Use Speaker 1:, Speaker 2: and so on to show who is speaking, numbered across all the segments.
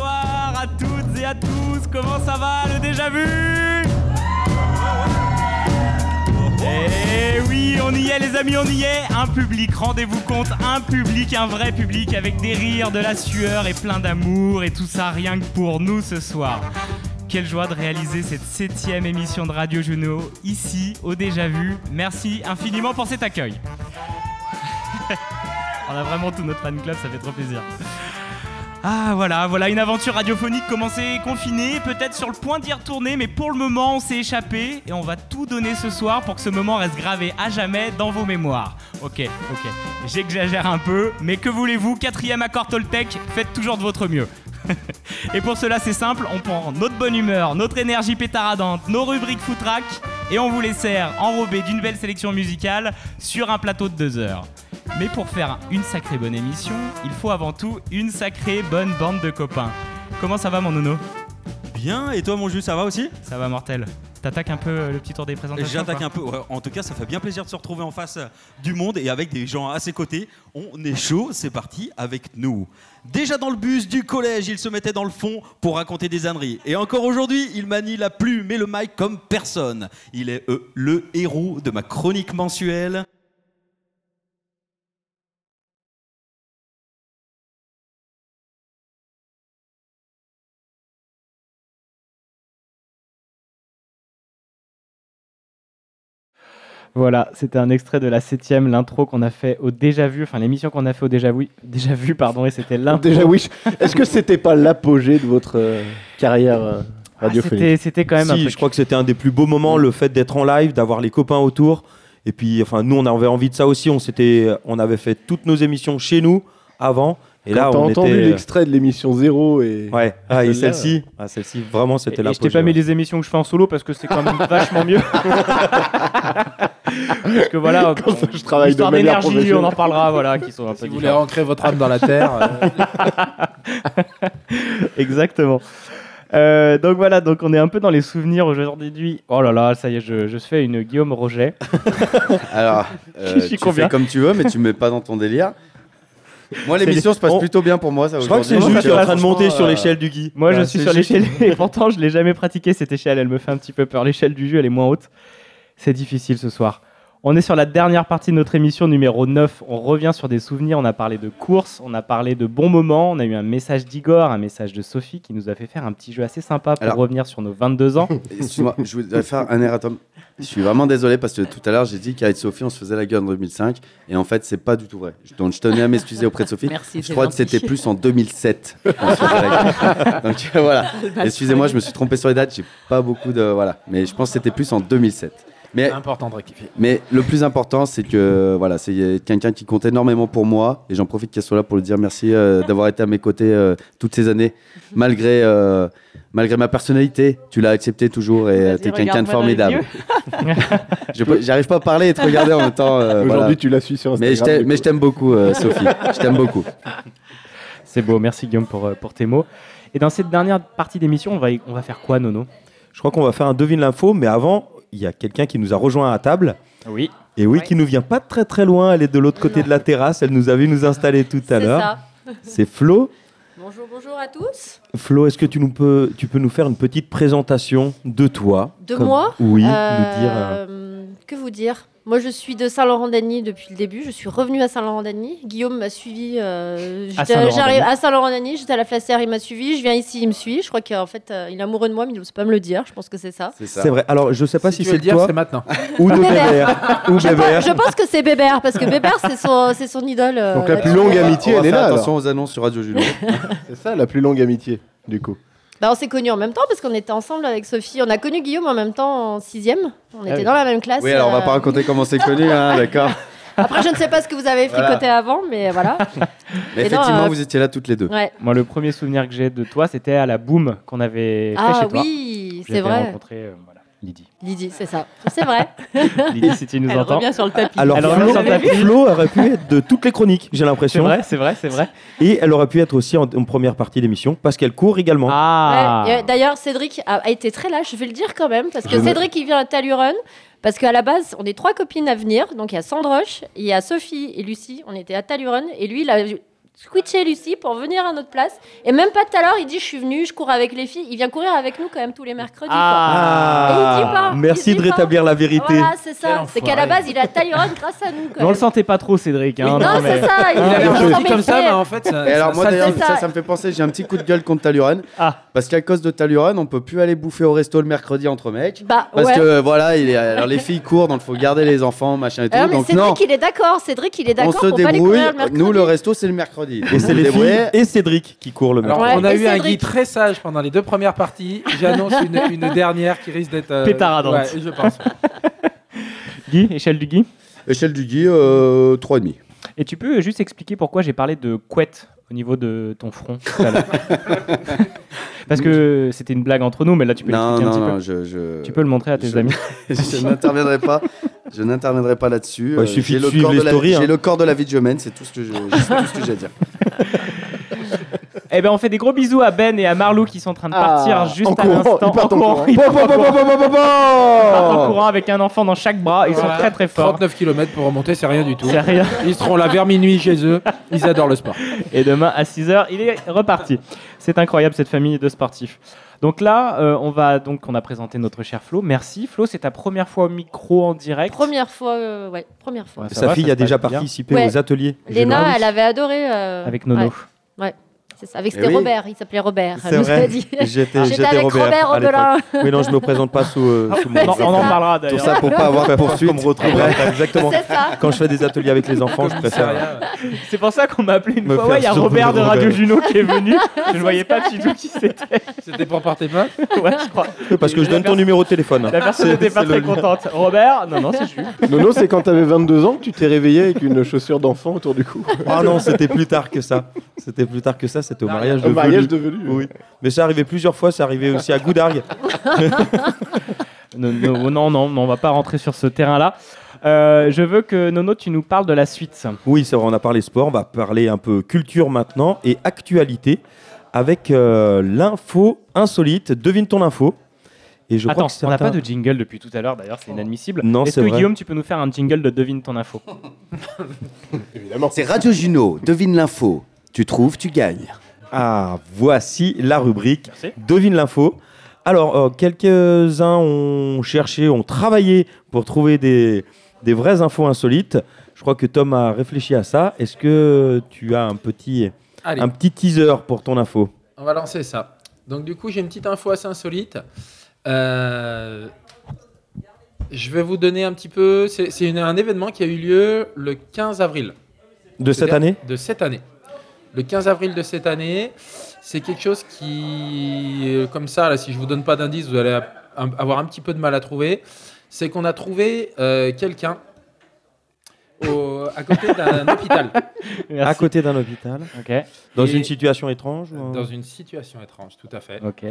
Speaker 1: à toutes et à tous. Comment ça va le déjà vu Eh oui, on y est les amis, on y est. Un public, rendez-vous compte, un public, un vrai public avec des rires, de la sueur et plein d'amour et tout ça rien que pour nous ce soir. Quelle joie de réaliser cette septième émission de Radio Juno ici au déjà vu. Merci infiniment pour cet accueil. on a vraiment tout notre fan club, ça fait trop plaisir. Ah voilà, voilà une aventure radiophonique commencée confinée, peut-être sur le point d'y retourner, mais pour le moment on s'est échappé et on va tout donner ce soir pour que ce moment reste gravé à jamais dans vos mémoires. Ok, ok, j'exagère un peu, mais que voulez-vous, quatrième accord Toltec, faites toujours de votre mieux. et pour cela c'est simple, on prend notre bonne humeur, notre énergie pétaradante, nos rubriques foutrac et on vous les sert enrobés d'une belle sélection musicale sur un plateau de deux heures. Mais pour faire une sacrée bonne émission, il faut avant tout une sacrée bonne bande de copains. Comment ça va mon nono
Speaker 2: Bien, et toi mon jus, ça va aussi
Speaker 1: Ça va mortel. T'attaques un peu euh, le petit tour des présentations
Speaker 2: J'attaque
Speaker 1: quoi
Speaker 2: un peu. Ouais, en tout cas, ça fait bien plaisir de se retrouver en face euh, du monde et avec des gens à ses côtés. On est chaud, c'est parti avec nous. Déjà dans le bus du collège, il se mettait dans le fond pour raconter des âneries. Et encore aujourd'hui, il manie la plume et le mic comme personne. Il est euh, le héros de ma chronique mensuelle.
Speaker 1: Voilà, c'était un extrait de la septième, l'intro qu'on a fait au déjà vu, enfin l'émission qu'on a fait au déjà vu, déjà vu pardon, et c'était l'intro.
Speaker 3: Déjà, oui. je- Est-ce que c'était pas l'apogée de votre euh, carrière euh,
Speaker 1: Ah,
Speaker 3: radiophonique
Speaker 1: c'était, c'était quand même un
Speaker 4: si,
Speaker 1: truc.
Speaker 4: je crois que c'était un des plus beaux moments, le fait d'être en live, d'avoir les copains autour. Et puis, enfin, nous, on avait envie de ça aussi. On s'était, on avait fait toutes nos émissions chez nous avant. Et
Speaker 3: Quand
Speaker 4: là,
Speaker 3: t'as
Speaker 4: on était.
Speaker 3: entendu l'extrait de l'émission Zéro et
Speaker 4: Ouais. Ah, et
Speaker 3: Celle-là,
Speaker 4: celle-ci, ah, celle-ci, vraiment,
Speaker 1: Et-
Speaker 4: c'était
Speaker 1: et
Speaker 4: la.
Speaker 1: je t'ai pas mis les émissions que je fais en solo parce que c'est quand même vachement mieux. parce que voilà,
Speaker 3: Quand
Speaker 1: on-
Speaker 3: je travaille de
Speaker 1: l'histoire
Speaker 3: manière
Speaker 1: d'énergie, on en
Speaker 3: professionnelle.
Speaker 1: parlera, voilà, qui sont un peu
Speaker 5: Si vous voulez
Speaker 1: différents.
Speaker 5: ancrer votre âme dans la terre, euh,
Speaker 1: Exactement. Euh, donc voilà, donc on est un peu dans les souvenirs aujourd'hui. Oh là là, ça y est, je, je fais une Guillaume Roger.
Speaker 6: Alors, euh,
Speaker 1: Qui suis
Speaker 6: tu
Speaker 1: combien
Speaker 6: fais comme tu veux, mais tu me mets pas dans ton délire. Moi,
Speaker 4: C'est
Speaker 6: l'émission se passe
Speaker 4: on-
Speaker 6: plutôt bien pour moi. Ça,
Speaker 4: Je crois que c'est
Speaker 6: aujourd'hui.
Speaker 4: Jules qui est en train de
Speaker 6: Franchement,
Speaker 4: monter sur
Speaker 6: euh,
Speaker 4: l'échelle du Guy.
Speaker 1: Moi, je
Speaker 6: Bah,
Speaker 1: suis
Speaker 6: c'est
Speaker 1: sur
Speaker 6: juste-
Speaker 1: l'échelle et pourtant je l'ai jamais pratiquée cette échelle. Elle me fait un petit peu peur. L'échelle du jeu, elle est moins haute. C'est difficile ce soir. On est sur la dernière partie de notre émission numéro 9. On revient sur des souvenirs. On a parlé de courses, on a parlé de bons moments. On a eu un message d'Igor, un message de Sophie qui nous a fait faire un petit jeu assez sympa pour
Speaker 6: Alors-
Speaker 1: revenir sur nos 22 ans.
Speaker 6: euh, Excuse-moi, je voulais faire un erratum. Je suis vraiment désolé parce que tout à l'heure, j'ai dit qu'avec Sophie, on se faisait la gueule en 2005. Et en fait, c'est pas du tout vrai. Donc, je tenais à m'excuser auprès de Sophie.
Speaker 7: Merci,
Speaker 6: Je crois que c'était plus en 2007. qu'on se faisait la gueule. Donc, euh, voilà. Excusez-moi, je me suis trompé sur les dates. J'ai pas beaucoup de. Voilà. Mais je pense que c'était plus en 2007. Mais
Speaker 5: c'est important de rectifier.
Speaker 6: Mais le plus important, c'est que voilà, c'est quelqu'un qui compte énormément pour moi et j'en profite qu'elle soit là pour lui dire merci euh, d'avoir été à mes côtés euh, toutes ces années,
Speaker 7: Mhm.
Speaker 6: malgré euh, malgré ma personnalité. Tu l'as accepté toujours et euh,
Speaker 7: Vas-y,
Speaker 6: t'es quelqu'un de
Speaker 7: regarde-moi dans les
Speaker 6: formidable. Je peux- J'arrive pas à parler et te regarder en même temps. euh,
Speaker 3: Aujourd'hui,
Speaker 6: voilà.
Speaker 3: tu la suis sur Instagram.
Speaker 6: Mais je t'aime-
Speaker 3: du
Speaker 6: mais
Speaker 3: coup.
Speaker 6: je t'aime beaucoup, euh, Sophie. Je t'aime beaucoup.
Speaker 1: C'est beau. Merci Guillaume pour, euh, pour tes mots. Et dans cette dernière partie d'émission, on va, on va faire quoi, Nono
Speaker 4: Je crois qu'on va faire un devine l'info, mais avant, il y a quelqu'un qui nous a rejoint à table.
Speaker 1: Oui.
Speaker 4: Et oui,
Speaker 7: Ouais.
Speaker 4: qui nous vient pas de très très loin. Elle est de l'autre côté de la terrasse. Elle nous a vu nous installer tout à
Speaker 7: C'est
Speaker 4: l'heure.
Speaker 7: ça.
Speaker 4: C'est Flo.
Speaker 7: Bonjour, bonjour à tous.
Speaker 4: Flo, est-ce que tu nous peux, tu peux nous faire une petite présentation de toi
Speaker 7: De moi
Speaker 4: Oui,
Speaker 7: Euh,
Speaker 4: nous dire. euh,
Speaker 7: Que vous dire Moi, je suis de Saint-Laurent-d'Agny depuis le début. Je suis revenue à Saint-Laurent-d'Agny. Guillaume m'a suivi. euh,
Speaker 1: À
Speaker 7: j'étais-
Speaker 1: Saint-Laurent-d'Agny.
Speaker 7: J'arrive à Saint-Laurent-d'Agny, j'étais à la Flacière, il m'a suivi. Je viens ici, il me suit. Je crois qu'en fait, euh, il est amoureux de moi, mais il n'ose pas me le dire. Je pense que c'est ça.
Speaker 6: C'est ça.
Speaker 4: C'est vrai. Alors, je sais pas si,
Speaker 5: tu veux
Speaker 4: c'est
Speaker 5: le dire,
Speaker 4: toi
Speaker 5: c'est maintenant.
Speaker 4: ou de
Speaker 7: Bébert.
Speaker 4: Bébert. ou
Speaker 7: Je,
Speaker 4: Bébert.
Speaker 7: pense, je pense que c'est Bébert, parce que Bébert, c'est son, c'est son idole. euh,
Speaker 3: Donc la
Speaker 7: là-dessus.
Speaker 3: plus longue
Speaker 6: On va-
Speaker 3: amitié,
Speaker 6: on va
Speaker 3: elle est
Speaker 6: faire
Speaker 3: là.
Speaker 6: Attention aux annonces sur Radio Juno.
Speaker 3: alors. C'est ça, la plus longue amitié, du coup.
Speaker 7: Bah, on s'est connus en même temps, parce qu'on était ensemble avec Sophie. On a connu Guillaume en même temps en sixième. On était
Speaker 1: oui.
Speaker 7: dans la même classe.
Speaker 6: oui, alors on va
Speaker 7: euh,
Speaker 6: pas raconter comment c'est connu, hein, d'accord.
Speaker 7: Après, je ne sais pas ce que vous avez
Speaker 6: Voilà.
Speaker 7: fricoté avant, mais voilà.
Speaker 6: Mais
Speaker 7: Et non,
Speaker 6: effectivement,
Speaker 7: euh,
Speaker 6: vous étiez là toutes les deux.
Speaker 7: Ouais.
Speaker 1: Moi, le premier souvenir que j'ai de toi, c'était à la boom qu'on avait fait
Speaker 7: Ah
Speaker 1: chez toi.
Speaker 7: oui,
Speaker 1: J'ai
Speaker 7: c'est vrai.
Speaker 1: rencontré euh, voilà, Lydie.
Speaker 7: Lydie, c'est ça. C'est vrai.
Speaker 1: Lydie, si tu nous
Speaker 7: Elle
Speaker 1: entends.
Speaker 7: revient sur le tapis.
Speaker 4: Alors,
Speaker 1: Alors,
Speaker 4: Flo,
Speaker 1: vous avez vu
Speaker 4: Flo aurait pu être de toutes les chroniques, j'ai
Speaker 1: C'est
Speaker 4: l'impression.
Speaker 1: vrai, c'est vrai, c'est vrai.
Speaker 4: Et elle aurait pu être aussi en, en première partie d'émission parce qu'elle court également.
Speaker 1: Ah
Speaker 7: Ouais, et, euh, D'ailleurs, Cédric a, a été très lâche, je vais le dire quand même, parce que
Speaker 6: Je me-
Speaker 7: Cédric, il vient à Taluron, parce qu'à la base, on est trois copines à venir, donc il y a Sandroche, il y a Sophie et Lucie, on était à Taluron, et lui, il a switcher Lucie pour venir à notre place. Et même pas tout à l'heure, il dit Je suis venu, je cours avec les filles. Il vient courir avec nous quand même tous les mercredis. quoi.
Speaker 4: Ah,
Speaker 7: Et il dit pas,
Speaker 4: merci
Speaker 7: il
Speaker 4: de
Speaker 7: dit pas.
Speaker 4: rétablir la vérité.
Speaker 7: Voilà, c'est
Speaker 1: Quel
Speaker 7: ça.
Speaker 1: enfoiré.
Speaker 7: C'est qu'à la base, il a Tyrone grâce à nous.
Speaker 1: Mais
Speaker 7: Quand
Speaker 1: on le
Speaker 7: même.
Speaker 1: sentait pas trop, Cédric. Hein,
Speaker 7: Non,
Speaker 1: mais-
Speaker 7: c'est ça. Il
Speaker 3: Ah,
Speaker 7: a
Speaker 3: bien
Speaker 7: l'air
Speaker 3: joué.
Speaker 7: de
Speaker 5: dit comme ça, mais
Speaker 7: s'embêter.
Speaker 5: en fait, ça,
Speaker 6: Et alors
Speaker 5: ça-
Speaker 6: moi
Speaker 5: ça-
Speaker 6: d'ailleurs
Speaker 7: c'est ça.
Speaker 6: ça, ça me fait penser, j'ai un petit coup de gueule contre Taluran.
Speaker 1: Ah.
Speaker 6: Parce qu'à cause de Taluran, on peut plus aller bouffer au resto le mercredi entre mecs.
Speaker 7: Bah,
Speaker 6: Parce
Speaker 7: ouais.
Speaker 6: que voilà, il est, alors les filles courent, donc faut garder les enfants, machin et tout.
Speaker 7: Alors, Ah mais
Speaker 6: donc non,
Speaker 7: Cédric, il est d'accord. Cédric, il est
Speaker 6: on
Speaker 7: d'accord
Speaker 6: se
Speaker 7: pour pas les
Speaker 6: débrouille.
Speaker 7: courir le mercredi.
Speaker 6: Nous le resto c'est le mercredi.
Speaker 4: Et c'est
Speaker 6: Vous
Speaker 4: les filles
Speaker 6: débrouillez.
Speaker 4: et Cédric qui courent le
Speaker 5: Alors,
Speaker 4: meurtre.
Speaker 7: Ouais,
Speaker 5: on a
Speaker 7: et
Speaker 5: eu un
Speaker 7: Cédric.
Speaker 5: guide très sage pendant les deux premières parties. J'annonce une, une dernière qui risque d'être. euh,
Speaker 1: Pétaradante.
Speaker 5: Ouais, je pense.
Speaker 1: Guy, échelle du Guy.
Speaker 6: Échelle du Guy, euh, 3,5.
Speaker 1: Et tu peux juste expliquer pourquoi j'ai parlé de couette au niveau de ton front tout à l'heure Parce que c'était une blague entre nous, mais là tu peux
Speaker 6: Non,
Speaker 1: l'expliquer un
Speaker 6: non,
Speaker 1: petit
Speaker 6: non,
Speaker 1: peu.
Speaker 6: je, je...
Speaker 1: Tu peux le montrer à tes
Speaker 6: je-
Speaker 1: amis.
Speaker 6: je n'interviendrai pas. Je n'interviendrai pas là-dessus.
Speaker 4: Ouais,
Speaker 6: Euh,
Speaker 4: Bah, il suffit
Speaker 6: j'ai
Speaker 4: de
Speaker 6: le
Speaker 4: suivre
Speaker 6: corps
Speaker 4: les
Speaker 6: de la-
Speaker 4: stories, hein.
Speaker 6: J'ai le corps de la vie de Jemaine, c'est tout ce que je- c'est tout ce que j'ai à dire.
Speaker 1: Eh ben on fait des gros bisous à Ben et à Marlou qui sont en train de partir
Speaker 3: Ah,
Speaker 1: juste
Speaker 3: en
Speaker 1: à
Speaker 3: courant,
Speaker 1: l'instant.
Speaker 3: ils partent en courant.
Speaker 1: Ils
Speaker 3: Bon,
Speaker 1: partent en
Speaker 3: bon, bon,
Speaker 1: courant.
Speaker 3: bon, bon, bon, bon,
Speaker 1: Ils partent en
Speaker 3: bon.
Speaker 1: courant avec un enfant dans chaque bras. Ils
Speaker 5: Voilà.
Speaker 1: sont très très forts.
Speaker 5: 39 km pour remonter, c'est rien du tout.
Speaker 1: C'est rien.
Speaker 5: Ils seront là vers minuit chez eux. Ils adorent le sport.
Speaker 1: Et demain à 6h, il est reparti. C'est incroyable cette famille de sportifs. Donc là, euh, on va donc on a présenté notre cher Flo. Merci Flo, c'est ta première fois au micro en direct.
Speaker 7: Première fois, euh, ouais, première fois.
Speaker 1: Ouais, ça
Speaker 4: Sa
Speaker 1: va,
Speaker 4: fille
Speaker 1: ça
Speaker 4: a
Speaker 1: se passe
Speaker 4: déjà
Speaker 1: bien.
Speaker 4: participé
Speaker 7: Ouais.
Speaker 4: aux ateliers.
Speaker 1: Ah oui.
Speaker 7: Léna, elle avait adoré. euh,
Speaker 1: avec Nono.
Speaker 7: ouais, c'est ça. Avec
Speaker 6: Eh
Speaker 7: c'était
Speaker 6: oui.
Speaker 7: Robert, il s'appelait Robert.
Speaker 4: C'est
Speaker 7: elle nous
Speaker 4: vrai.
Speaker 7: a dit.
Speaker 4: J'étais
Speaker 7: J'étais avec
Speaker 4: Robert.
Speaker 7: Robert
Speaker 4: à l'époque.
Speaker 7: Robelin.
Speaker 4: Oui, non, je me présente pas sous, euh, sous mon
Speaker 1: Ah, On en-
Speaker 7: c'est
Speaker 1: on en
Speaker 7: ça.
Speaker 1: parlera
Speaker 6: Tout
Speaker 1: d'ailleurs.
Speaker 6: ça pour pas avoir poursuite.
Speaker 4: Comme exactement.
Speaker 7: C'est ça.
Speaker 4: Quand je fais des ateliers avec les enfants, je préfère.
Speaker 5: Commissariat, Ah ouais.
Speaker 1: C'est pour ça qu'on m'a appelé une
Speaker 4: Me
Speaker 1: fois.
Speaker 4: faire
Speaker 1: Ouais, il y a
Speaker 4: surprendre
Speaker 1: Robert de
Speaker 4: Robert.
Speaker 1: Radio Juno qui est venu. Je ne voyais pas du tout qui c'était.
Speaker 5: C'était pour porter plainte.
Speaker 1: Ouais, je crois.
Speaker 4: Parce que je donne ton numéro de téléphone.
Speaker 1: La personne
Speaker 4: C'est-
Speaker 1: n'était pas
Speaker 4: c'est
Speaker 1: très
Speaker 4: le lien.
Speaker 1: contente. Robert Non, non, c'est Jules.
Speaker 3: Nono, c'est quand t'avais 22 ans que tu t'es réveillé avec une chaussure d'enfant autour du cou.
Speaker 4: Ah non, c'était plus tard que ça. C'était plus tard que ça, c'était au mariage de
Speaker 3: Un mariage
Speaker 4: Velu.
Speaker 3: devenu.
Speaker 4: Oui. Mais ça arrivait plusieurs fois, ça arrivait aussi à Goudargue.
Speaker 1: Non, non, non, non, non, on va pas rentrer sur ce terrain-là. Euh, je veux que Nono, tu nous parles de la suite.
Speaker 4: Oui, c'est vrai, on a parlé sport, on va parler un peu culture maintenant et actualité avec euh, l'info insolite. Devine ton info. Et je
Speaker 1: Attends,
Speaker 4: crois que
Speaker 1: on n'a
Speaker 4: certains-
Speaker 1: pas de jingle depuis tout à l'heure, d'ailleurs,
Speaker 4: Oh.
Speaker 1: c'est inadmissible.
Speaker 4: Non,
Speaker 1: Est-ce
Speaker 4: c'est
Speaker 1: que
Speaker 4: vrai.
Speaker 1: Guillaume, tu peux nous faire un jingle de Devine ton info
Speaker 3: Évidemment.
Speaker 6: C'est Radio Juno, devine l'info. Tu trouves, tu gagnes.
Speaker 4: Ah, voici la rubrique
Speaker 1: Merci.
Speaker 4: Devine l'info. Alors, euh, quelques-uns ont cherché, ont travaillé pour trouver des, des vraies infos insolites. Je crois que Tom a réfléchi à ça. Est-ce que tu as un petit,
Speaker 5: Allez.
Speaker 4: un petit teaser pour ton info
Speaker 5: On va lancer ça. Donc du coup, j'ai une petite info assez insolite. Euh, je vais vous donner un petit peu. C'est c'est une- un événement qui a eu lieu le 15 avril.
Speaker 4: de cette année
Speaker 5: De cette année. Le 15 avril de cette année, c'est quelque chose qui, euh, comme ça, là, si je vous donne pas d'indice, vous allez a- un- avoir un petit peu de mal à trouver. C'est qu'on a trouvé euh, quelqu'un au- à côté d'un hôpital,
Speaker 4: À
Speaker 1: Merci.
Speaker 4: côté d'un hôpital
Speaker 1: Ok,
Speaker 4: Dans
Speaker 5: Et-
Speaker 4: une situation étrange ou un-
Speaker 5: dans une situation étrange, tout à fait.
Speaker 1: ok.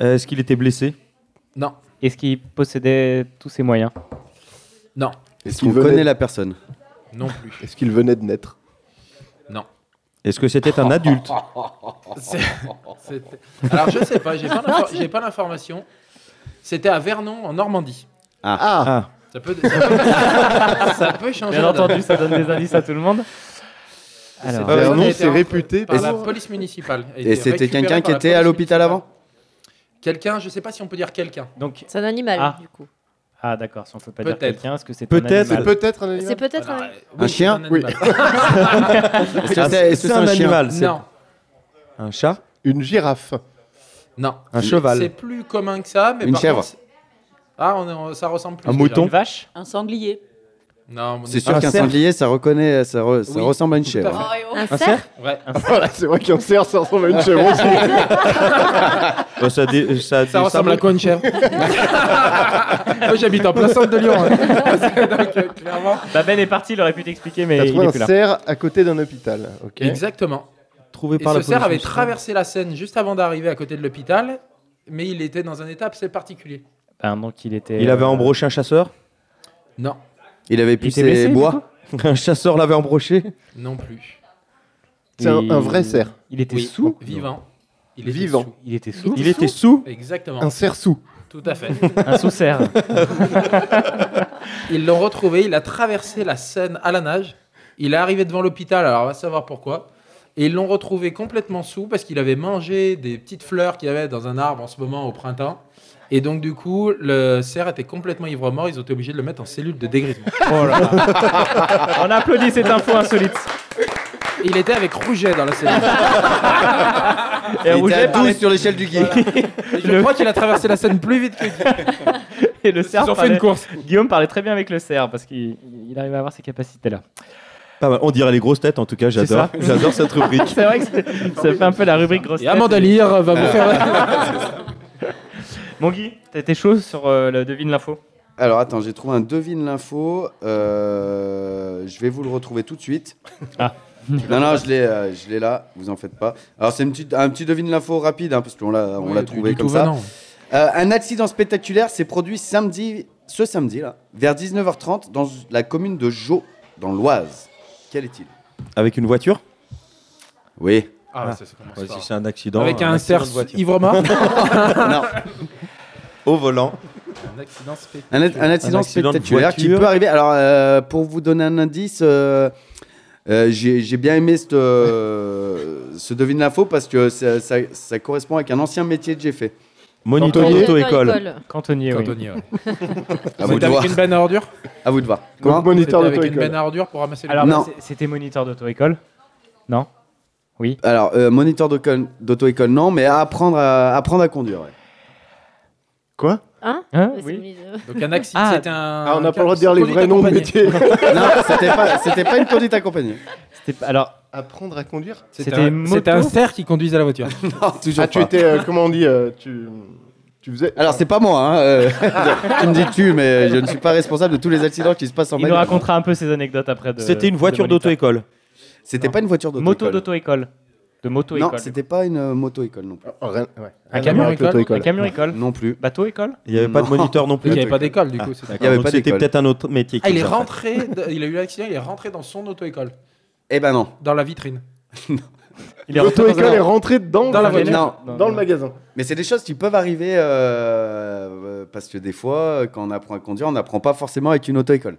Speaker 4: Euh, Est-ce qu'il était blessé
Speaker 5: Non,
Speaker 1: Est-ce qu'il possédait tous ses moyens
Speaker 5: non,
Speaker 6: Est-ce
Speaker 3: qu'il
Speaker 6: qu'on
Speaker 3: venait-
Speaker 6: connaît la personne
Speaker 5: non plus.
Speaker 3: Est-ce qu'il venait de naître
Speaker 4: Est-ce que c'était un adulte
Speaker 5: C'est- c'était- Alors je sais pas, j'ai pas l'infor- j'ai pas l'information. C'était à Vernon en Normandie.
Speaker 3: Ah,
Speaker 4: Ah,
Speaker 5: Ça peut, ça peut- ça peut changer.
Speaker 1: Bien
Speaker 5: la
Speaker 1: entendu,
Speaker 5: donne.
Speaker 1: ça donne des indices à tout le monde. Alors,
Speaker 4: Euh,
Speaker 5: Ça a
Speaker 4: non,
Speaker 5: été
Speaker 3: Ah, c'est
Speaker 5: entre-
Speaker 3: réputé
Speaker 5: par
Speaker 3: pour-
Speaker 5: la police municipale. A
Speaker 6: Et
Speaker 5: été
Speaker 6: c'était
Speaker 5: récupéré
Speaker 6: quelqu'un
Speaker 5: par
Speaker 6: qui
Speaker 5: la
Speaker 6: était à
Speaker 5: police
Speaker 6: l'hôpital
Speaker 5: municipale.
Speaker 6: avant
Speaker 5: Quelqu'un, je sais pas si on peut dire quelqu'un.
Speaker 1: donc,
Speaker 7: C'est un animal,
Speaker 1: Ah.
Speaker 7: du coup.
Speaker 1: ah d'accord, si on peut pas dire
Speaker 5: Peut-être.
Speaker 1: quelqu'un, est-ce que c'est un
Speaker 4: Peut-être,
Speaker 1: animal
Speaker 3: C'est peut-être un
Speaker 7: C'est
Speaker 3: animal.
Speaker 7: peut-être
Speaker 5: Alors,
Speaker 7: un.
Speaker 5: euh, oui, c'est
Speaker 6: chien
Speaker 5: un animal.
Speaker 6: Est-ce que c'est est-ce que
Speaker 4: ah, c'est un animal. c'est
Speaker 5: Non,
Speaker 4: Un chat
Speaker 3: Une girafe.
Speaker 5: non.
Speaker 4: Un
Speaker 5: C'est-
Speaker 4: cheval.
Speaker 5: C'est plus commun que ça, mais
Speaker 6: Une
Speaker 5: par
Speaker 6: chèvre.
Speaker 5: contre, c'est- ah, on est- on- ça ressemble plus.
Speaker 4: Un
Speaker 5: déjà.
Speaker 4: mouton
Speaker 1: Une vache
Speaker 8: Un sanglier.
Speaker 5: Non, mon
Speaker 6: C'est
Speaker 5: Dieu.
Speaker 6: sûr
Speaker 4: Un
Speaker 6: qu'un
Speaker 4: cerf.
Speaker 6: sanglier, ça reconnaît, ça, re- ça
Speaker 5: Oui,
Speaker 6: ressemble à une
Speaker 5: tout à
Speaker 6: chèvre.
Speaker 5: fait.
Speaker 7: Ah, Un
Speaker 4: Un
Speaker 7: cerf
Speaker 5: Ouais.
Speaker 3: Voilà, c'est vrai qu'un cerf, ça ressemble à une chèvre aussi.
Speaker 4: Euh, Ça, dé- euh, ça dé-
Speaker 5: Ça ressemble à quoi une chèvre Moi j'habite en plein centre de Lyon. hein. Donc, euh, clairement.
Speaker 1: Bah Ben est parti, il aurait pu t'expliquer,
Speaker 3: T'as
Speaker 1: mais il
Speaker 3: trouvé
Speaker 1: est
Speaker 3: un
Speaker 1: plus là.
Speaker 3: cerf à côté d'un hôpital. Ok.
Speaker 5: Exactement.
Speaker 4: trouvé
Speaker 5: Et
Speaker 4: par
Speaker 5: ce
Speaker 4: la
Speaker 5: cerf
Speaker 4: police
Speaker 5: avait
Speaker 4: municipale.
Speaker 5: traversé la Seine juste avant d'arriver à côté de l'hôpital, mais il était dans un état assez particulier.
Speaker 1: Ben, donc, il était.
Speaker 4: Il avait
Speaker 1: euh,
Speaker 4: embroché un chasseur
Speaker 5: Non,
Speaker 6: Il avait
Speaker 1: Il
Speaker 6: plus
Speaker 1: était
Speaker 6: ses
Speaker 1: blessé, du coup
Speaker 6: bois.
Speaker 4: Un chasseur l'avait embroché
Speaker 5: non plus.
Speaker 3: C'est un-
Speaker 1: il-
Speaker 3: un vrai cerf.
Speaker 1: Il était
Speaker 5: oui,
Speaker 1: sous.
Speaker 5: Vivant. Il
Speaker 3: Vivant.
Speaker 5: sous.
Speaker 1: Oh, Il était sous.
Speaker 4: Il était sous
Speaker 5: Exactement.
Speaker 3: Un cerf sous.
Speaker 5: Tout à fait.
Speaker 1: Un sous cerf.
Speaker 5: Ils l'ont retrouvé, il a traversé la Seine à la nage Il est arrivé devant l'hôpital, alors on va savoir pourquoi. Et ils l'ont retrouvé complètement sous parce qu'il avait mangé des petites fleurs qu'il y avait dans un arbre en ce moment au printemps. Et donc, du coup, le cerf était complètement ivre-mort. Ils ont été obligés de le mettre en cellule de dégrisement.
Speaker 4: Oh
Speaker 1: On applaudit cette info insolite.
Speaker 5: Il était avec Rouget dans la cellule.
Speaker 1: Et
Speaker 6: Il était
Speaker 1: Rouget
Speaker 6: à 12
Speaker 1: parlait-
Speaker 6: sur l'échelle du guide.
Speaker 5: Et Je crois qu'il a traversé la scène plus vite que Guy.
Speaker 1: et le cerf
Speaker 5: Ils ont fait
Speaker 1: parlait-
Speaker 5: une course.
Speaker 1: Guillaume parlait très bien avec le cerf parce qu'il il arrivait à avoir ces capacités-là.
Speaker 4: Pas mal. On dirait les grosses têtes en tout cas, j'adore.
Speaker 1: ça.
Speaker 4: J'adore cette rubrique.
Speaker 1: C'est vrai que Ah c'est- ça fait un peu la rubrique grosse
Speaker 5: Et Amanda
Speaker 1: tête.
Speaker 5: Lear va
Speaker 4: Ah.
Speaker 5: vous faire.
Speaker 1: Mon Guy, t'as été chaud sur euh, le devine l'info
Speaker 6: Alors attends, j'ai trouvé un devine l'info. Euh, je vais vous le retrouver tout de suite.
Speaker 1: Ah.
Speaker 6: Non, non, je l'ai, euh, je l'ai là, vous en faites pas. Alors c'est une petite, un petit devine l'info rapide, hein, parce qu'on
Speaker 4: Ah,
Speaker 6: l'a, on l'a trouvé comme ça. Euh, un accident spectaculaire s'est produit samedi, ce samedi là, vers 19h30 dans la commune de Jaux, dans l'Oise. Quel est-il
Speaker 4: Avec une voiture
Speaker 6: Oui.
Speaker 5: Ah,
Speaker 4: ouais,
Speaker 5: ça, ça commence
Speaker 4: Ouais,
Speaker 5: fort.
Speaker 4: Si c'est un accident.
Speaker 5: Avec un,
Speaker 4: accident
Speaker 5: cerf
Speaker 4: de voiture.
Speaker 5: ivre-mort.
Speaker 6: non.
Speaker 4: au volant.
Speaker 5: un accident
Speaker 6: Un, a- un accident
Speaker 4: Un accident de
Speaker 6: spectaculaire qui
Speaker 4: voiture.
Speaker 6: peut arriver. Alors, euh, pour vous donner un indice, euh, euh, j'ai j'ai bien aimé cette, euh, ce devine l'info parce que ça, ça- ça correspond avec un ancien métier que j'ai fait.
Speaker 4: Moniteur
Speaker 7: Dans
Speaker 4: d'auto-école.
Speaker 1: Cantonnier, oui.
Speaker 5: Cantonnier, ouais.
Speaker 6: À vous de
Speaker 5: C'était avec
Speaker 6: voir.
Speaker 5: une benne à ordures
Speaker 6: À vous de voir. Comment
Speaker 3: Donc, moniteur
Speaker 5: C'était avec une benne
Speaker 3: d'auto-école.
Speaker 5: à ordures pour ramasser le
Speaker 1: Alors,
Speaker 6: Non.
Speaker 1: c'est- c'était moniteur d'auto-école Non
Speaker 6: Alors, euh, moniteur d'auto- d'auto-école, non, mais apprendre à, apprendre à conduire. ouais.
Speaker 3: Quoi
Speaker 7: Hein
Speaker 1: Hein
Speaker 7: Mais c'est
Speaker 1: Oui.
Speaker 7: mis- euh,
Speaker 5: Donc un accident,
Speaker 1: Ah.
Speaker 5: c'était un.
Speaker 3: Ah, on n'a pas le droit de dire les vrais noms de métiers.
Speaker 6: non, c'était pas, c'était pas une conduite accompagnée.
Speaker 1: C'était pas- Alors,
Speaker 3: Apprendre à conduire
Speaker 5: C'était
Speaker 1: C'était
Speaker 5: un,
Speaker 1: moto.
Speaker 5: c'était un cerf qui conduisait la voiture.
Speaker 6: Non, toujours
Speaker 3: Ah, tu
Speaker 6: pas.
Speaker 3: étais, euh, comment on dit, euh, tu, tu faisais...
Speaker 6: Alors, c'est pas moi. Hein, euh, tu me dis tu, mais je ne suis pas responsable de tous les accidents qui se passent en
Speaker 1: il nous
Speaker 6: bagnole.
Speaker 1: racontera un peu ses anecdotes après. de-
Speaker 4: C'était une
Speaker 1: de
Speaker 4: voiture
Speaker 1: moniteur.
Speaker 4: d'auto-école.
Speaker 6: C'était pas une voiture
Speaker 1: Moto
Speaker 6: d'auto-école.
Speaker 1: d'auto-école. De moto-école.
Speaker 6: Non, c'était pas une euh, moto-école non plus.
Speaker 3: Oh, rien- ouais.
Speaker 1: Un
Speaker 3: Rien à voir
Speaker 1: camion
Speaker 3: avec
Speaker 1: école,
Speaker 3: l'auto-école.
Speaker 1: Un camion école
Speaker 6: Non plus.
Speaker 1: Bateau école
Speaker 4: Il n'y avait pas de
Speaker 6: Non.
Speaker 4: moniteur non
Speaker 5: Il
Speaker 4: plus.
Speaker 5: n'y avait pas d'école du
Speaker 6: Ah.
Speaker 5: coup. c'était-
Speaker 4: D'accord,
Speaker 6: Il y avait
Speaker 4: donc
Speaker 6: pas
Speaker 4: C'était
Speaker 6: d'école.
Speaker 4: peut-être un autre métier.
Speaker 5: Ah, il
Speaker 4: qu'ils
Speaker 5: est
Speaker 4: ont fait.
Speaker 5: rentré, de- il a eu l'accident, il est rentré dans son auto-école,
Speaker 6: Eh ben non.
Speaker 5: dans la vitrine.
Speaker 1: Il est rentré dans
Speaker 3: L'auto-école
Speaker 1: un-
Speaker 3: est rentrée dedans
Speaker 5: Dans la
Speaker 3: le-
Speaker 5: voiture.
Speaker 6: Non.
Speaker 3: Dans le magasin.
Speaker 6: Mais c'est des choses qui peuvent arriver euh, euh, parce que des fois, euh, quand on apprend à conduire, on n'apprend pas forcément avec une auto-école.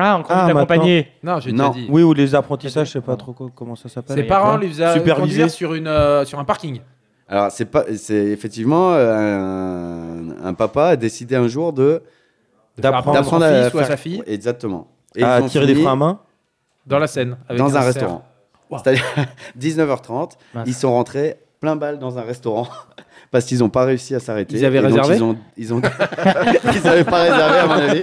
Speaker 1: Ah, en conduite
Speaker 4: Ah, maintenant.
Speaker 1: accompagnée.
Speaker 5: Non, j'ai
Speaker 6: Non.
Speaker 5: déjà dit.
Speaker 4: Oui, ou les apprentissages, je sais pas trop co- comment ça s'appelle.
Speaker 5: Ses parents lui faisaient euh,
Speaker 4: Supervisé.
Speaker 5: conduire sur, une, euh, sur un parking.
Speaker 6: Alors, c'est pas, c'est effectivement euh, un, un papa a décidé un jour de
Speaker 5: De faire
Speaker 4: D'apprendre-
Speaker 5: apprendre à son
Speaker 6: d'apprendre à
Speaker 5: fils ou à
Speaker 6: faire-
Speaker 5: sa fille
Speaker 6: exactement. Et
Speaker 4: à
Speaker 6: ils ont
Speaker 4: tirer des
Speaker 6: fini
Speaker 4: freins à main.
Speaker 5: dans la Seine. avec
Speaker 6: dans un
Speaker 5: cerf.
Speaker 6: restaurant.
Speaker 5: Wow.
Speaker 6: C'est-à-dire 19h30,
Speaker 1: Mince.
Speaker 6: ils sont rentrés plein balle dans un restaurant parce qu'ils n'ont pas réussi à s'arrêter.
Speaker 5: Ils avaient
Speaker 6: Et donc,
Speaker 5: réservé
Speaker 6: Ils ont, ils ont, ils avaient pas réservé à mon avis.